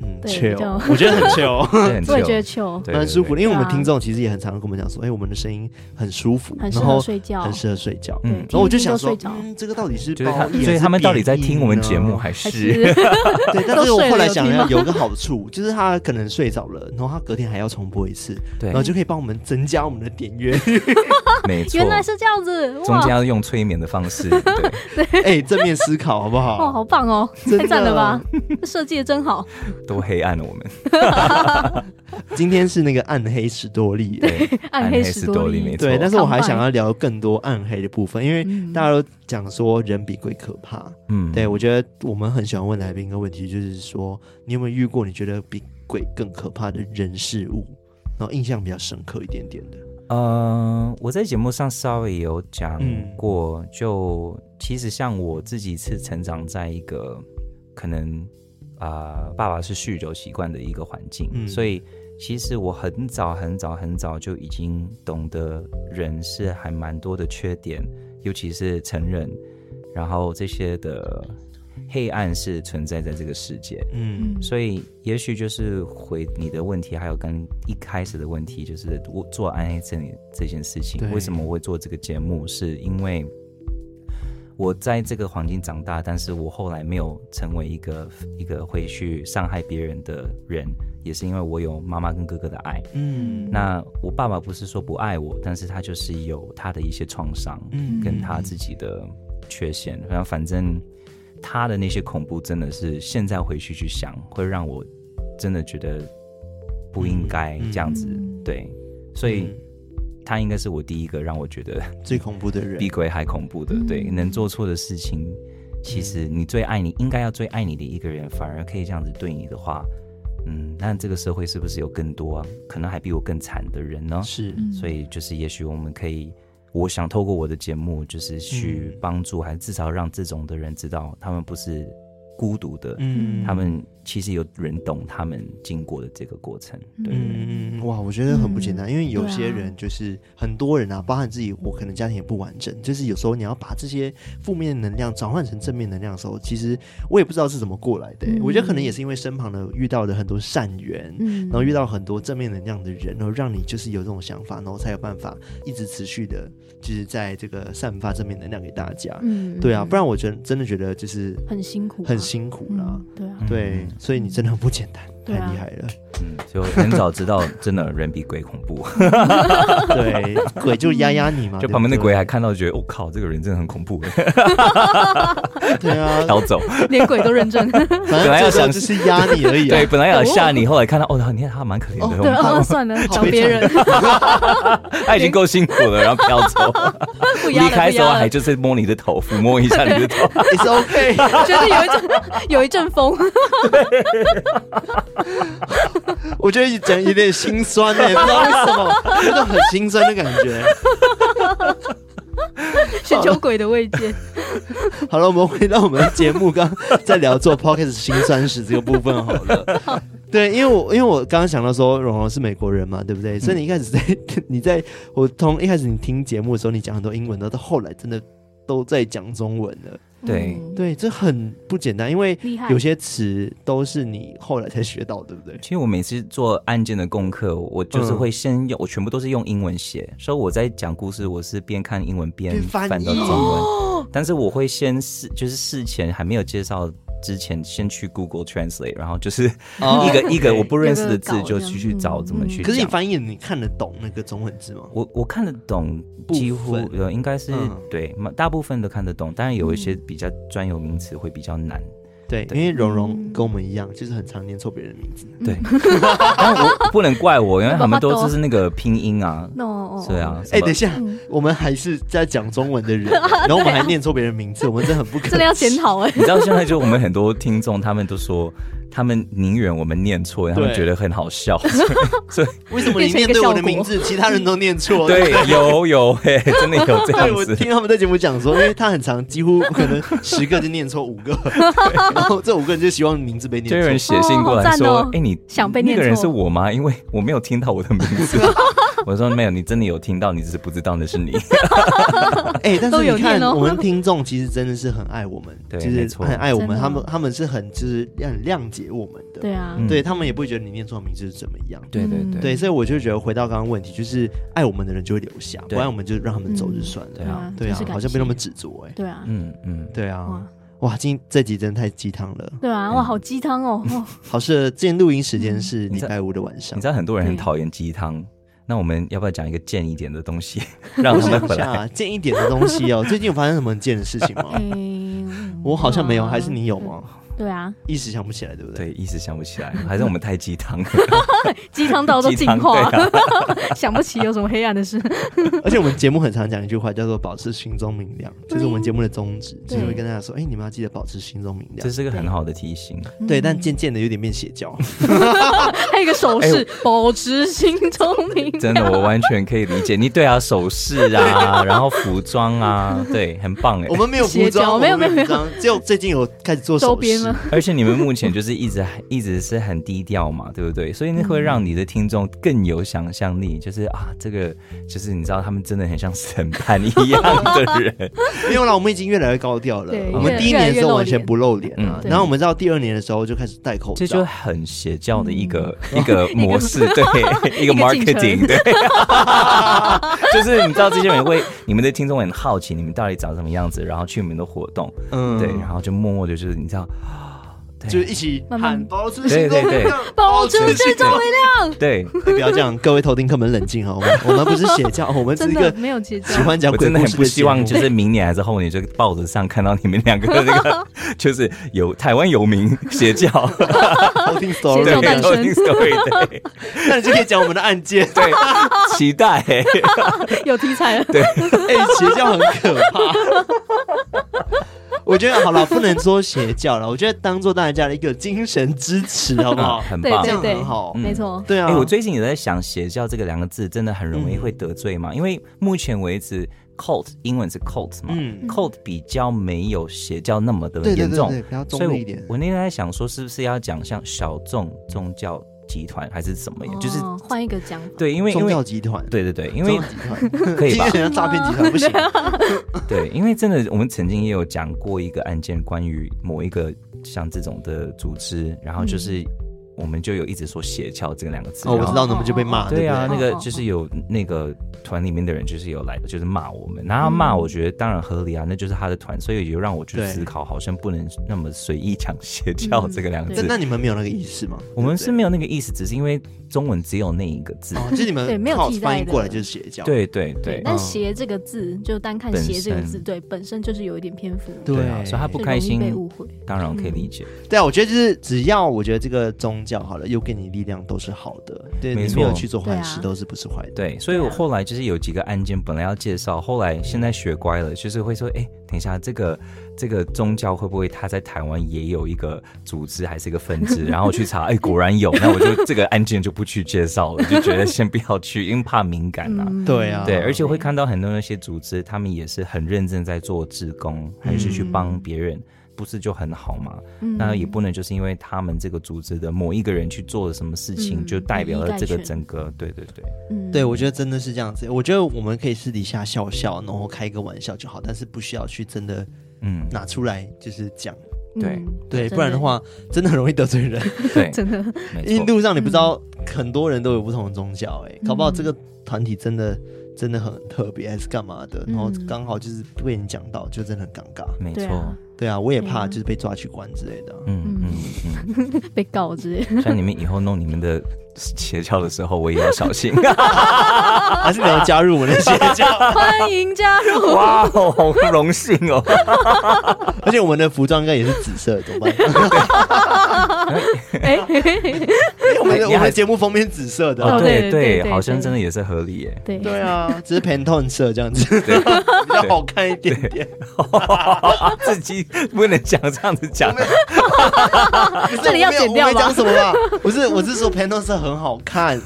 嗯对比 chill，较 <laughs> 我 <laughs> 觉得很 chill， <laughs> 对很我也觉得 chill 糗，对蛮舒服的。对因为我们对啊听众其实也很常跟我们讲说，哎，我们的声音很舒服，很然适合后睡觉，很适合睡觉。对嗯听然后我就一听想睡说，着，嗯，这个到底是就是他褒义，还所以是他们到贬底在听我们义呢节目啊还还是？<laughs> 是对，但都是我睡了后来有想听一下，吗有个好处就是他可能睡着了，然后他隔天还要重播一次，对然哦后，就可以帮我们增加我们的点阅。 <laughs> 没错原，来是这样子，中哇间，要用催眠的方式，对。哎，正面思考好不好？哦，好棒哦，真太赞的了吧，这设计的真好，都黑暗了，我们今天是那个暗黑史多利，暗黑史多没利，错。对，但是我还 combine 想要聊更多暗黑的部分，因为嗯大家都讲说人比鬼可怕。嗯，对，我觉得我们很喜欢问来宾一个问题，就是说你有没有遇过你觉得比鬼更可怕的人事物，然后印象比较深刻一点点的？呃，我在节目上稍微有讲嗯过，就其实像我自己是成长在一个可能啊、呃爸爸是酗酒习惯的一个环境，嗯所以其实我很早很早很早就已经懂得人是还蛮多的缺点，尤其是成人，然后这些的黑暗是存在在这个世界。嗯嗯，所以，也许就是回你的问题，还有跟一开始的问题，就是我做暗黑这这件事情对，为什么我会做这个节目，是因为我在这个环境长大，但是我后来没有成为一个一个会去伤害别人的人，也是因为我有妈妈跟哥哥的爱。嗯那我爸爸不是说不爱我，但是他就是有他的一些创伤，嗯跟他自己的缺陷，然后反正他的那些恐怖真的是现在回去去想，会让我真的觉得不应该这样子，嗯对，所以嗯他应该是我第一个让我觉得最恐怖的人比，鬼还恐怖的，嗯对，能做错的事情，其实嗯你最爱你应该要最爱你的一个人，反而可以这样子对你的话。嗯，那这个社会是不是有更多啊可能还比我更惨的人呢？是嗯所以就是也许我们可以，我想透过我的节目，就是去嗯帮助，还至少让这种的人知道，他们不是孤独的，嗯他们其实有人懂他们经过的这个过程。对，嗯，哇，我觉得很不简单，因为有些对啊人就是很多人啊，包含自己，我可能家庭也不完整，就是有时候你要把这些负面能量转换成正面能量的时候，其实我也不知道是怎么过来的、欸嗯我觉得可能也是因为身旁的遇到的很多善缘。嗯然后遇到很多正面能量的人，然后让你就是有这种想法，然后才有办法一直持续的，就是在这个散发正面能量给大家。嗯对啊，嗯不然我觉得真的觉得就是很辛苦啊，很辛苦啦。嗯，对啊，对，所以你真的很不简单，对啊太厉害了。嗯，就很早知道，真的人比鬼恐怖。 <laughs> 对，鬼就压压你嘛，就旁边的对不对鬼还看到，觉得我、靠，这个人真的很恐怖，对啊， <laughs> 逃走。连鬼都认证，反本来正这时候要想就是压你而已、啊。啊对，，本来要吓你，后来看到哦，你看他蛮可怜对的，哦啊，算了，找别人 <laughs> 他已经够辛苦了，然后飘走。不压离了，开不的时候压了 <laughs> 还，就是摸你的头，抚摸一下你的头。 i t OK，觉得有一阵 <laughs> 有一阵风，我觉得讲有点心酸 <laughs> 呢、不知道为什么，真的很心酸的感觉。寻求鬼的慰藉，好了，我们回到我们的节目，刚刚在聊做 podcast 心酸史这个部分好了。 <laughs> 对，因为我因为我刚刚想到说，蓉蓉是美国人嘛，对不嗯对？所以你一开始在你在我从一开始你听节目的时候，你讲很多英文，然后到后来真的都在讲中文了。 <laughs> 对嗯，对，这很不简单，因为厉害有些词都是你后来才学到，对不对？其实我每次做案件的功课，我就是会先嗯用，我全部都是用英文写，所以我在讲故事，我是边看英文边边翻翻到译哦中文。但是我会先事，就是事前还没有介绍之前先去 Google Translate，然后就是哦一 <laughs> 个一个 OK 我不认识的字有个就稿去这去样找怎么去可讲。是你翻译你看得懂那个中文字吗？我我看得懂，部几乎分呃应该是、嗯对，嘛大部分都看得懂，当然有一些比较专有名词会比较难。对，因对为蓉蓉跟我们一样，就是很常念错别人的名字。对， <laughs> 但我不能怪我，因为他们爸爸都多是那个拼音啊，那哦对，啊。哎、什么等一下，我们还是在讲中文的人，然后我们还念错别人名字，我们真的很 <laughs> 不可。真的要检讨哎。你知道现在就我们很多听众，他们都说他们宁愿我们念错，他们对觉得很好 <laughs> 笑。为什么你念对我的名字，其他人都念错？对，有有嘿，真的有 <laughs> 这对，样我子。听他们在节目讲说，因为他很长，几乎可能十个就念错五个，然后这五个人就希望名字被就有念人错。写信过来说哦好：“赞哦哎、你想被那念个错人是我吗？因为我没有听到我的名 <laughs> 字。”我说：“没有，你真的有听到，你只是不知道那是你。哎、但都是有你看，念哦我们听众其实真的是很爱我们， <laughs> 对就没是错很爱我们，真的他们他们是很就是很谅解我们的，对啊，嗯对他们也不会觉得你念错名字是怎么样。对”对嗯对对，所以我就觉得回到刚刚问题，就是爱我们的人就会留下，不对爱我们就让他们走就算了。对啊对啊就是，感好像被谢那么执着哎。对啊，嗯嗯，对哇啊，哇，今这集真的太鸡汤了。对嗯啊，哇，好鸡汤哦， <laughs> 哦好是今天录音时间是礼知道拜五的晚上你知。道很多人很讨厌鸡汤，那我们要不要讲一个贱一点的东 <laughs> 西，让他们回来？啊，见一点的东西哦。最近有发生什么很贱的事情 <laughs> 吗？嗯我好像没有，还是你有吗？哎对啊，一时想不起来，对不对？对，一时想不起来，还是我们太鸡汤了。 <laughs> 鸡汤 <laughs> 到都鸡进汤对化，啊， <laughs> 想不起有什么黑暗的事。 <laughs> <laughs> 而且我们节目很常讲一句话，叫做“保持心中明亮”，这是我们节目的宗旨，就对是会跟大家说：“哎，你们要记得保持心中明这亮。是个很好的提醒。”对，但渐渐的有点变邪 <laughs> 教。还有一个手哎势，保持心中明亮。真的，我完全可以理解。你对啊，首饰啊，然后服装啊，对，很棒哎我。们没有服邪教装，没有我们没有服装，只有最近有开始做周首边饰吗。而且你们目前就是一直一直是很低调嘛，对不对？所以那会让你的听众更有想象力，就是啊，这个就是你知道，他们真的很像审判一样的人。没有啦，我们已经越来越高调了对。我们越第一年的时候越来越露完全不露脸啊嗯，对然后我们到第二年的时候就开始戴口这就罩。很邪教的一个、一个模式，对，一 <laughs> 个一个进程 marketing，对，就是你知道这些人会，你们的听众很好奇你们到底长什么样子，然后去你们的活动，嗯对，然后就默默的就是你知道，对就一起慢慢喊保持心中明对对亮对，保持心中明亮。 <laughs> 对，哎不要这样，各位偷听客们冷静好吗？我们不是邪教，我们是 <laughs> 真一的个没有结喜账，欢讲我鬼真的故很事不希望，节就目是明年还是后年，就报纸上看到你们两个的那个，就是有台湾有名邪教， <laughs> 偷听 story，邪教诞生有名 story，对那你就可以讲我们的案件。对，期待、有题材了。 <laughs> 哎，邪教很可怕。 <laughs> 我觉得好了，不能说邪教了，我觉得当做大家的一个精神支持，好不好？啊很对棒哦这。对样对，很好没错。对啊哎、，我最近也在想，邪教这个两个字真的很容易嗯会得罪吗？因为目前为止，cult 英文是 cult 嘛、嗯 c u l t 比较没有邪教那么的对对严对重，对，比较所以中立一我点。我那天在想说，是不是要讲像小众宗教集团还是怎么样？就是哦换一个讲法，对，因为因宗为教集团，对对对，因为宗教集团 <laughs> 可以 <laughs> 吧今天人家诈骗集团不 <laughs> 行。对，因为真的，我们曾经也有讲过一个案件，关于某一个像这种的组织，然后嗯就是我们就有一直说邪教这两个字。哦，我然后知道，那我们就被骂。对不啊，对那个哦哦就是有那个团里面的人，就是有来，就是骂我们。然后他骂，我觉得当然合理啊，那就是他的团，所以有让我去嗯对思考，好像不能那么随意讲邪教嗯这个两个对字但。那你们没有那个意识吗？我们对是没有那个意思，只是因为中文只有那一个字。哦，就是你们对没有靠替代翻译的过来就是邪教。对对对对，但“邪”这个字，就单看“本邪”这个字，身对本身就是有一点偏颇，对啊，所以他不就开容易心，被误会。当然可以理解。对啊，我觉得就是只要我觉得这个宗教好了，又给你力量都是好的。对，没你错没有去做坏事对啊都是不是坏的。对，所以我后来就是有几个案件本来要介绍，后来现在学乖了，就是会说，哎，等一下，这个这个宗教会不会他在台湾也有一个组织还是一个分支？然后我去查，哎，果然有，那我就这个案件就不去介绍了，就觉得先不要去，因为怕敏感啊。嗯对啊对，而且我会看到很多那些组织，他们也是很认真在做志工，还是去帮别人，不是就很好吗？嗯那也不能就是因为他们这个组织的某一个人去做了什么事情，嗯就代表了这以个一概全整个，对对对。嗯对，我觉得真的是这样子。我觉得我们可以私底下笑笑，然后开个玩笑就好，但是不需要去真的嗯，拿出来就是讲。嗯对对，不然的，话真的很容易得罪 <laughs> 人。对，真的真的没错嗯因为路上你不知道，很多人都有不同的宗教，哎，搞不好这个团体真的真的很特别，还是干嘛的？嗯然后刚好就是被你讲到，就真的很尴尬。没对错啊，，对啊，我也对啊怕就是被抓去关之 <laughs> 类的啊。嗯嗯嗯嗯被告之类的。 <laughs> 像你们以后弄你们的邪教的时候，我也要 <laughs> 小心。还是你要加入我们的邪教？欢迎加入。 <laughs> 哇哦，好荣幸哦！ <laughs> 而且我们的服装应该也是紫色的，怎 <laughs> 么办？哎、嘿嘿嘿因哎为我们你的还我们的节目封面紫色的哦，啊。对对对对对好像真的也是合理耶。对，对啊， <laughs> 只是 Pantone 色这样 <laughs> 子，比较好看一点 <laughs> 点。哦啊自己不能讲这样 <laughs> 子讲，不是这里要我没有剪掉吧我没讲什么吧？不是，我是说 Pantone 色很好 <laughs> 看，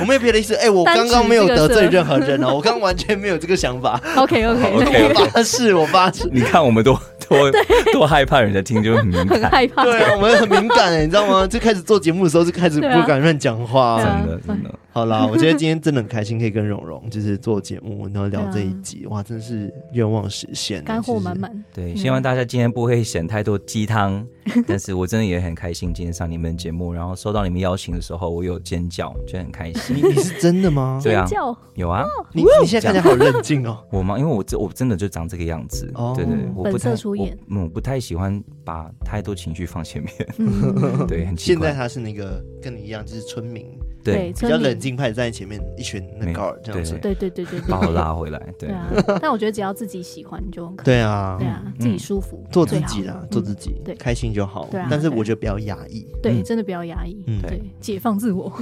我没有别的意思。哎，我刚刚没有得罪任何人哦，我刚刚完全没有这个想 <laughs> 法。 OK OK，, OK 我发誓，我发誓。你看我们多多多害怕人家听就 <laughs> 很敏很感，害怕。对啊，我们很敏感，你知道吗？就开始做节目的时候就开始对啊不敢乱讲话对啊。真的真的。好啦，我觉得今天真的很开心，可以跟蓉蓉就是做节目，然后聊这一集，哇，真的是愿望实现了，啊啊干货就是满。满。嗯对，希望大家今天不会显太多鸡汤， <laughs> 但是我真的也很开心今天上你们节目，然后收到你们邀请的时候，我有尖叫，就很开心。你 <laughs> 你是真的 <laughs> 吗？对啊尖叫有啊，你你现在看起来好冷静哦。我吗？因为我真我真的就长这个样子，哦对对，对我本不色太出演我，嗯我不太喜欢把太多情绪放前面， <laughs> 嗯， <laughs> 对，很奇现在怪，他是那个跟你一样，就是村民，比对，较村民冷静派，站在前面一群那高尔这样子。对对对对对，把我拉回来，对嗯对啊。但我觉得只要自己喜欢就可以。对啊对，啊，自己舒服，做自己啦最好，做自己嗯，对开心就好对啊。但是我觉得不要压抑。对，嗯真的不要压抑，嗯对，解放自我。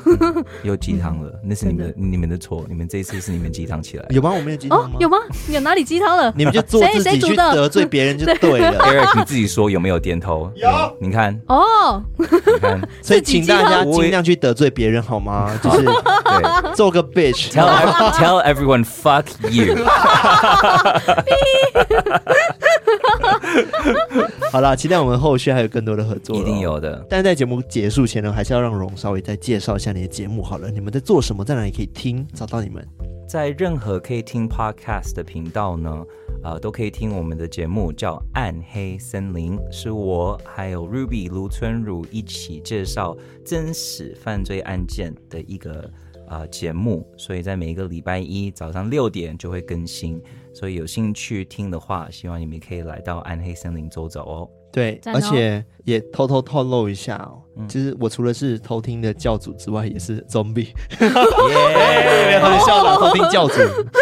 又鸡汤了，那是你们的你们的错，你们这一次是你们鸡汤起 <laughs> 来。有吗？我没有鸡哦汤吗，？有吗？你有哪里鸡汤了？你们就做自谁谁己煮去的得罪别人就对了。 Eric，你自己说有没有点头？有，你 <laughs> 看，哦，你看，所以自己请鸡汤大家我尽量去得罪别人好吗？ <laughs> 就是 <laughs> 对做个 bitch。 ，tell ev- tell everyone fuck <laughs> you。好啦，期待我们后续还有更多的合作。一定。有的。但是在节目结束前呢，还是要让荣稍微再介绍一下你的节目好了。你们在做什么？在哪里可以听？找到你们？在任何可以听 podcast 的频道呢，呃，都可以听我们的节目，叫《暗黑森林》，是我还有 Ruby 卢春如一起介绍真实犯罪案件的一个呃节目，所以在每一个礼拜一早上六点就会更新，所以有兴趣听的话，希望你们可以来到暗黑森林走走哦。对，赞哦而且也偷偷透露一下哦，嗯就是我除了是偷听的教主之外，也是 <laughs> zombie， <laughs> 耶、很笑了，偷听 <laughs> 教主，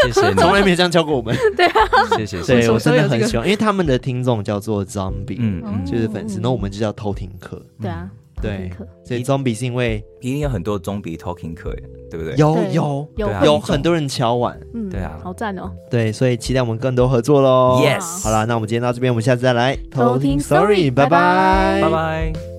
谢谢从来你，没有这样教过我 <laughs> 们。谢谢，谢 <laughs> 对谢。我真的这很个喜欢，因为他们的听众叫做 zombie，嗯嗯，就是粉丝，那我们就叫偷听客。对啊，对好立刻，所以 zombie 是因为一定有很多中比 talking 课耶，对不对？有对有有对啊有很多人敲碗，嗯，对啊好赞哦，对，所以期待我们更多合作喽。 Yes 好啦，那我们今天到这边，我们下次再来偷听 sorry，拜拜拜拜拜。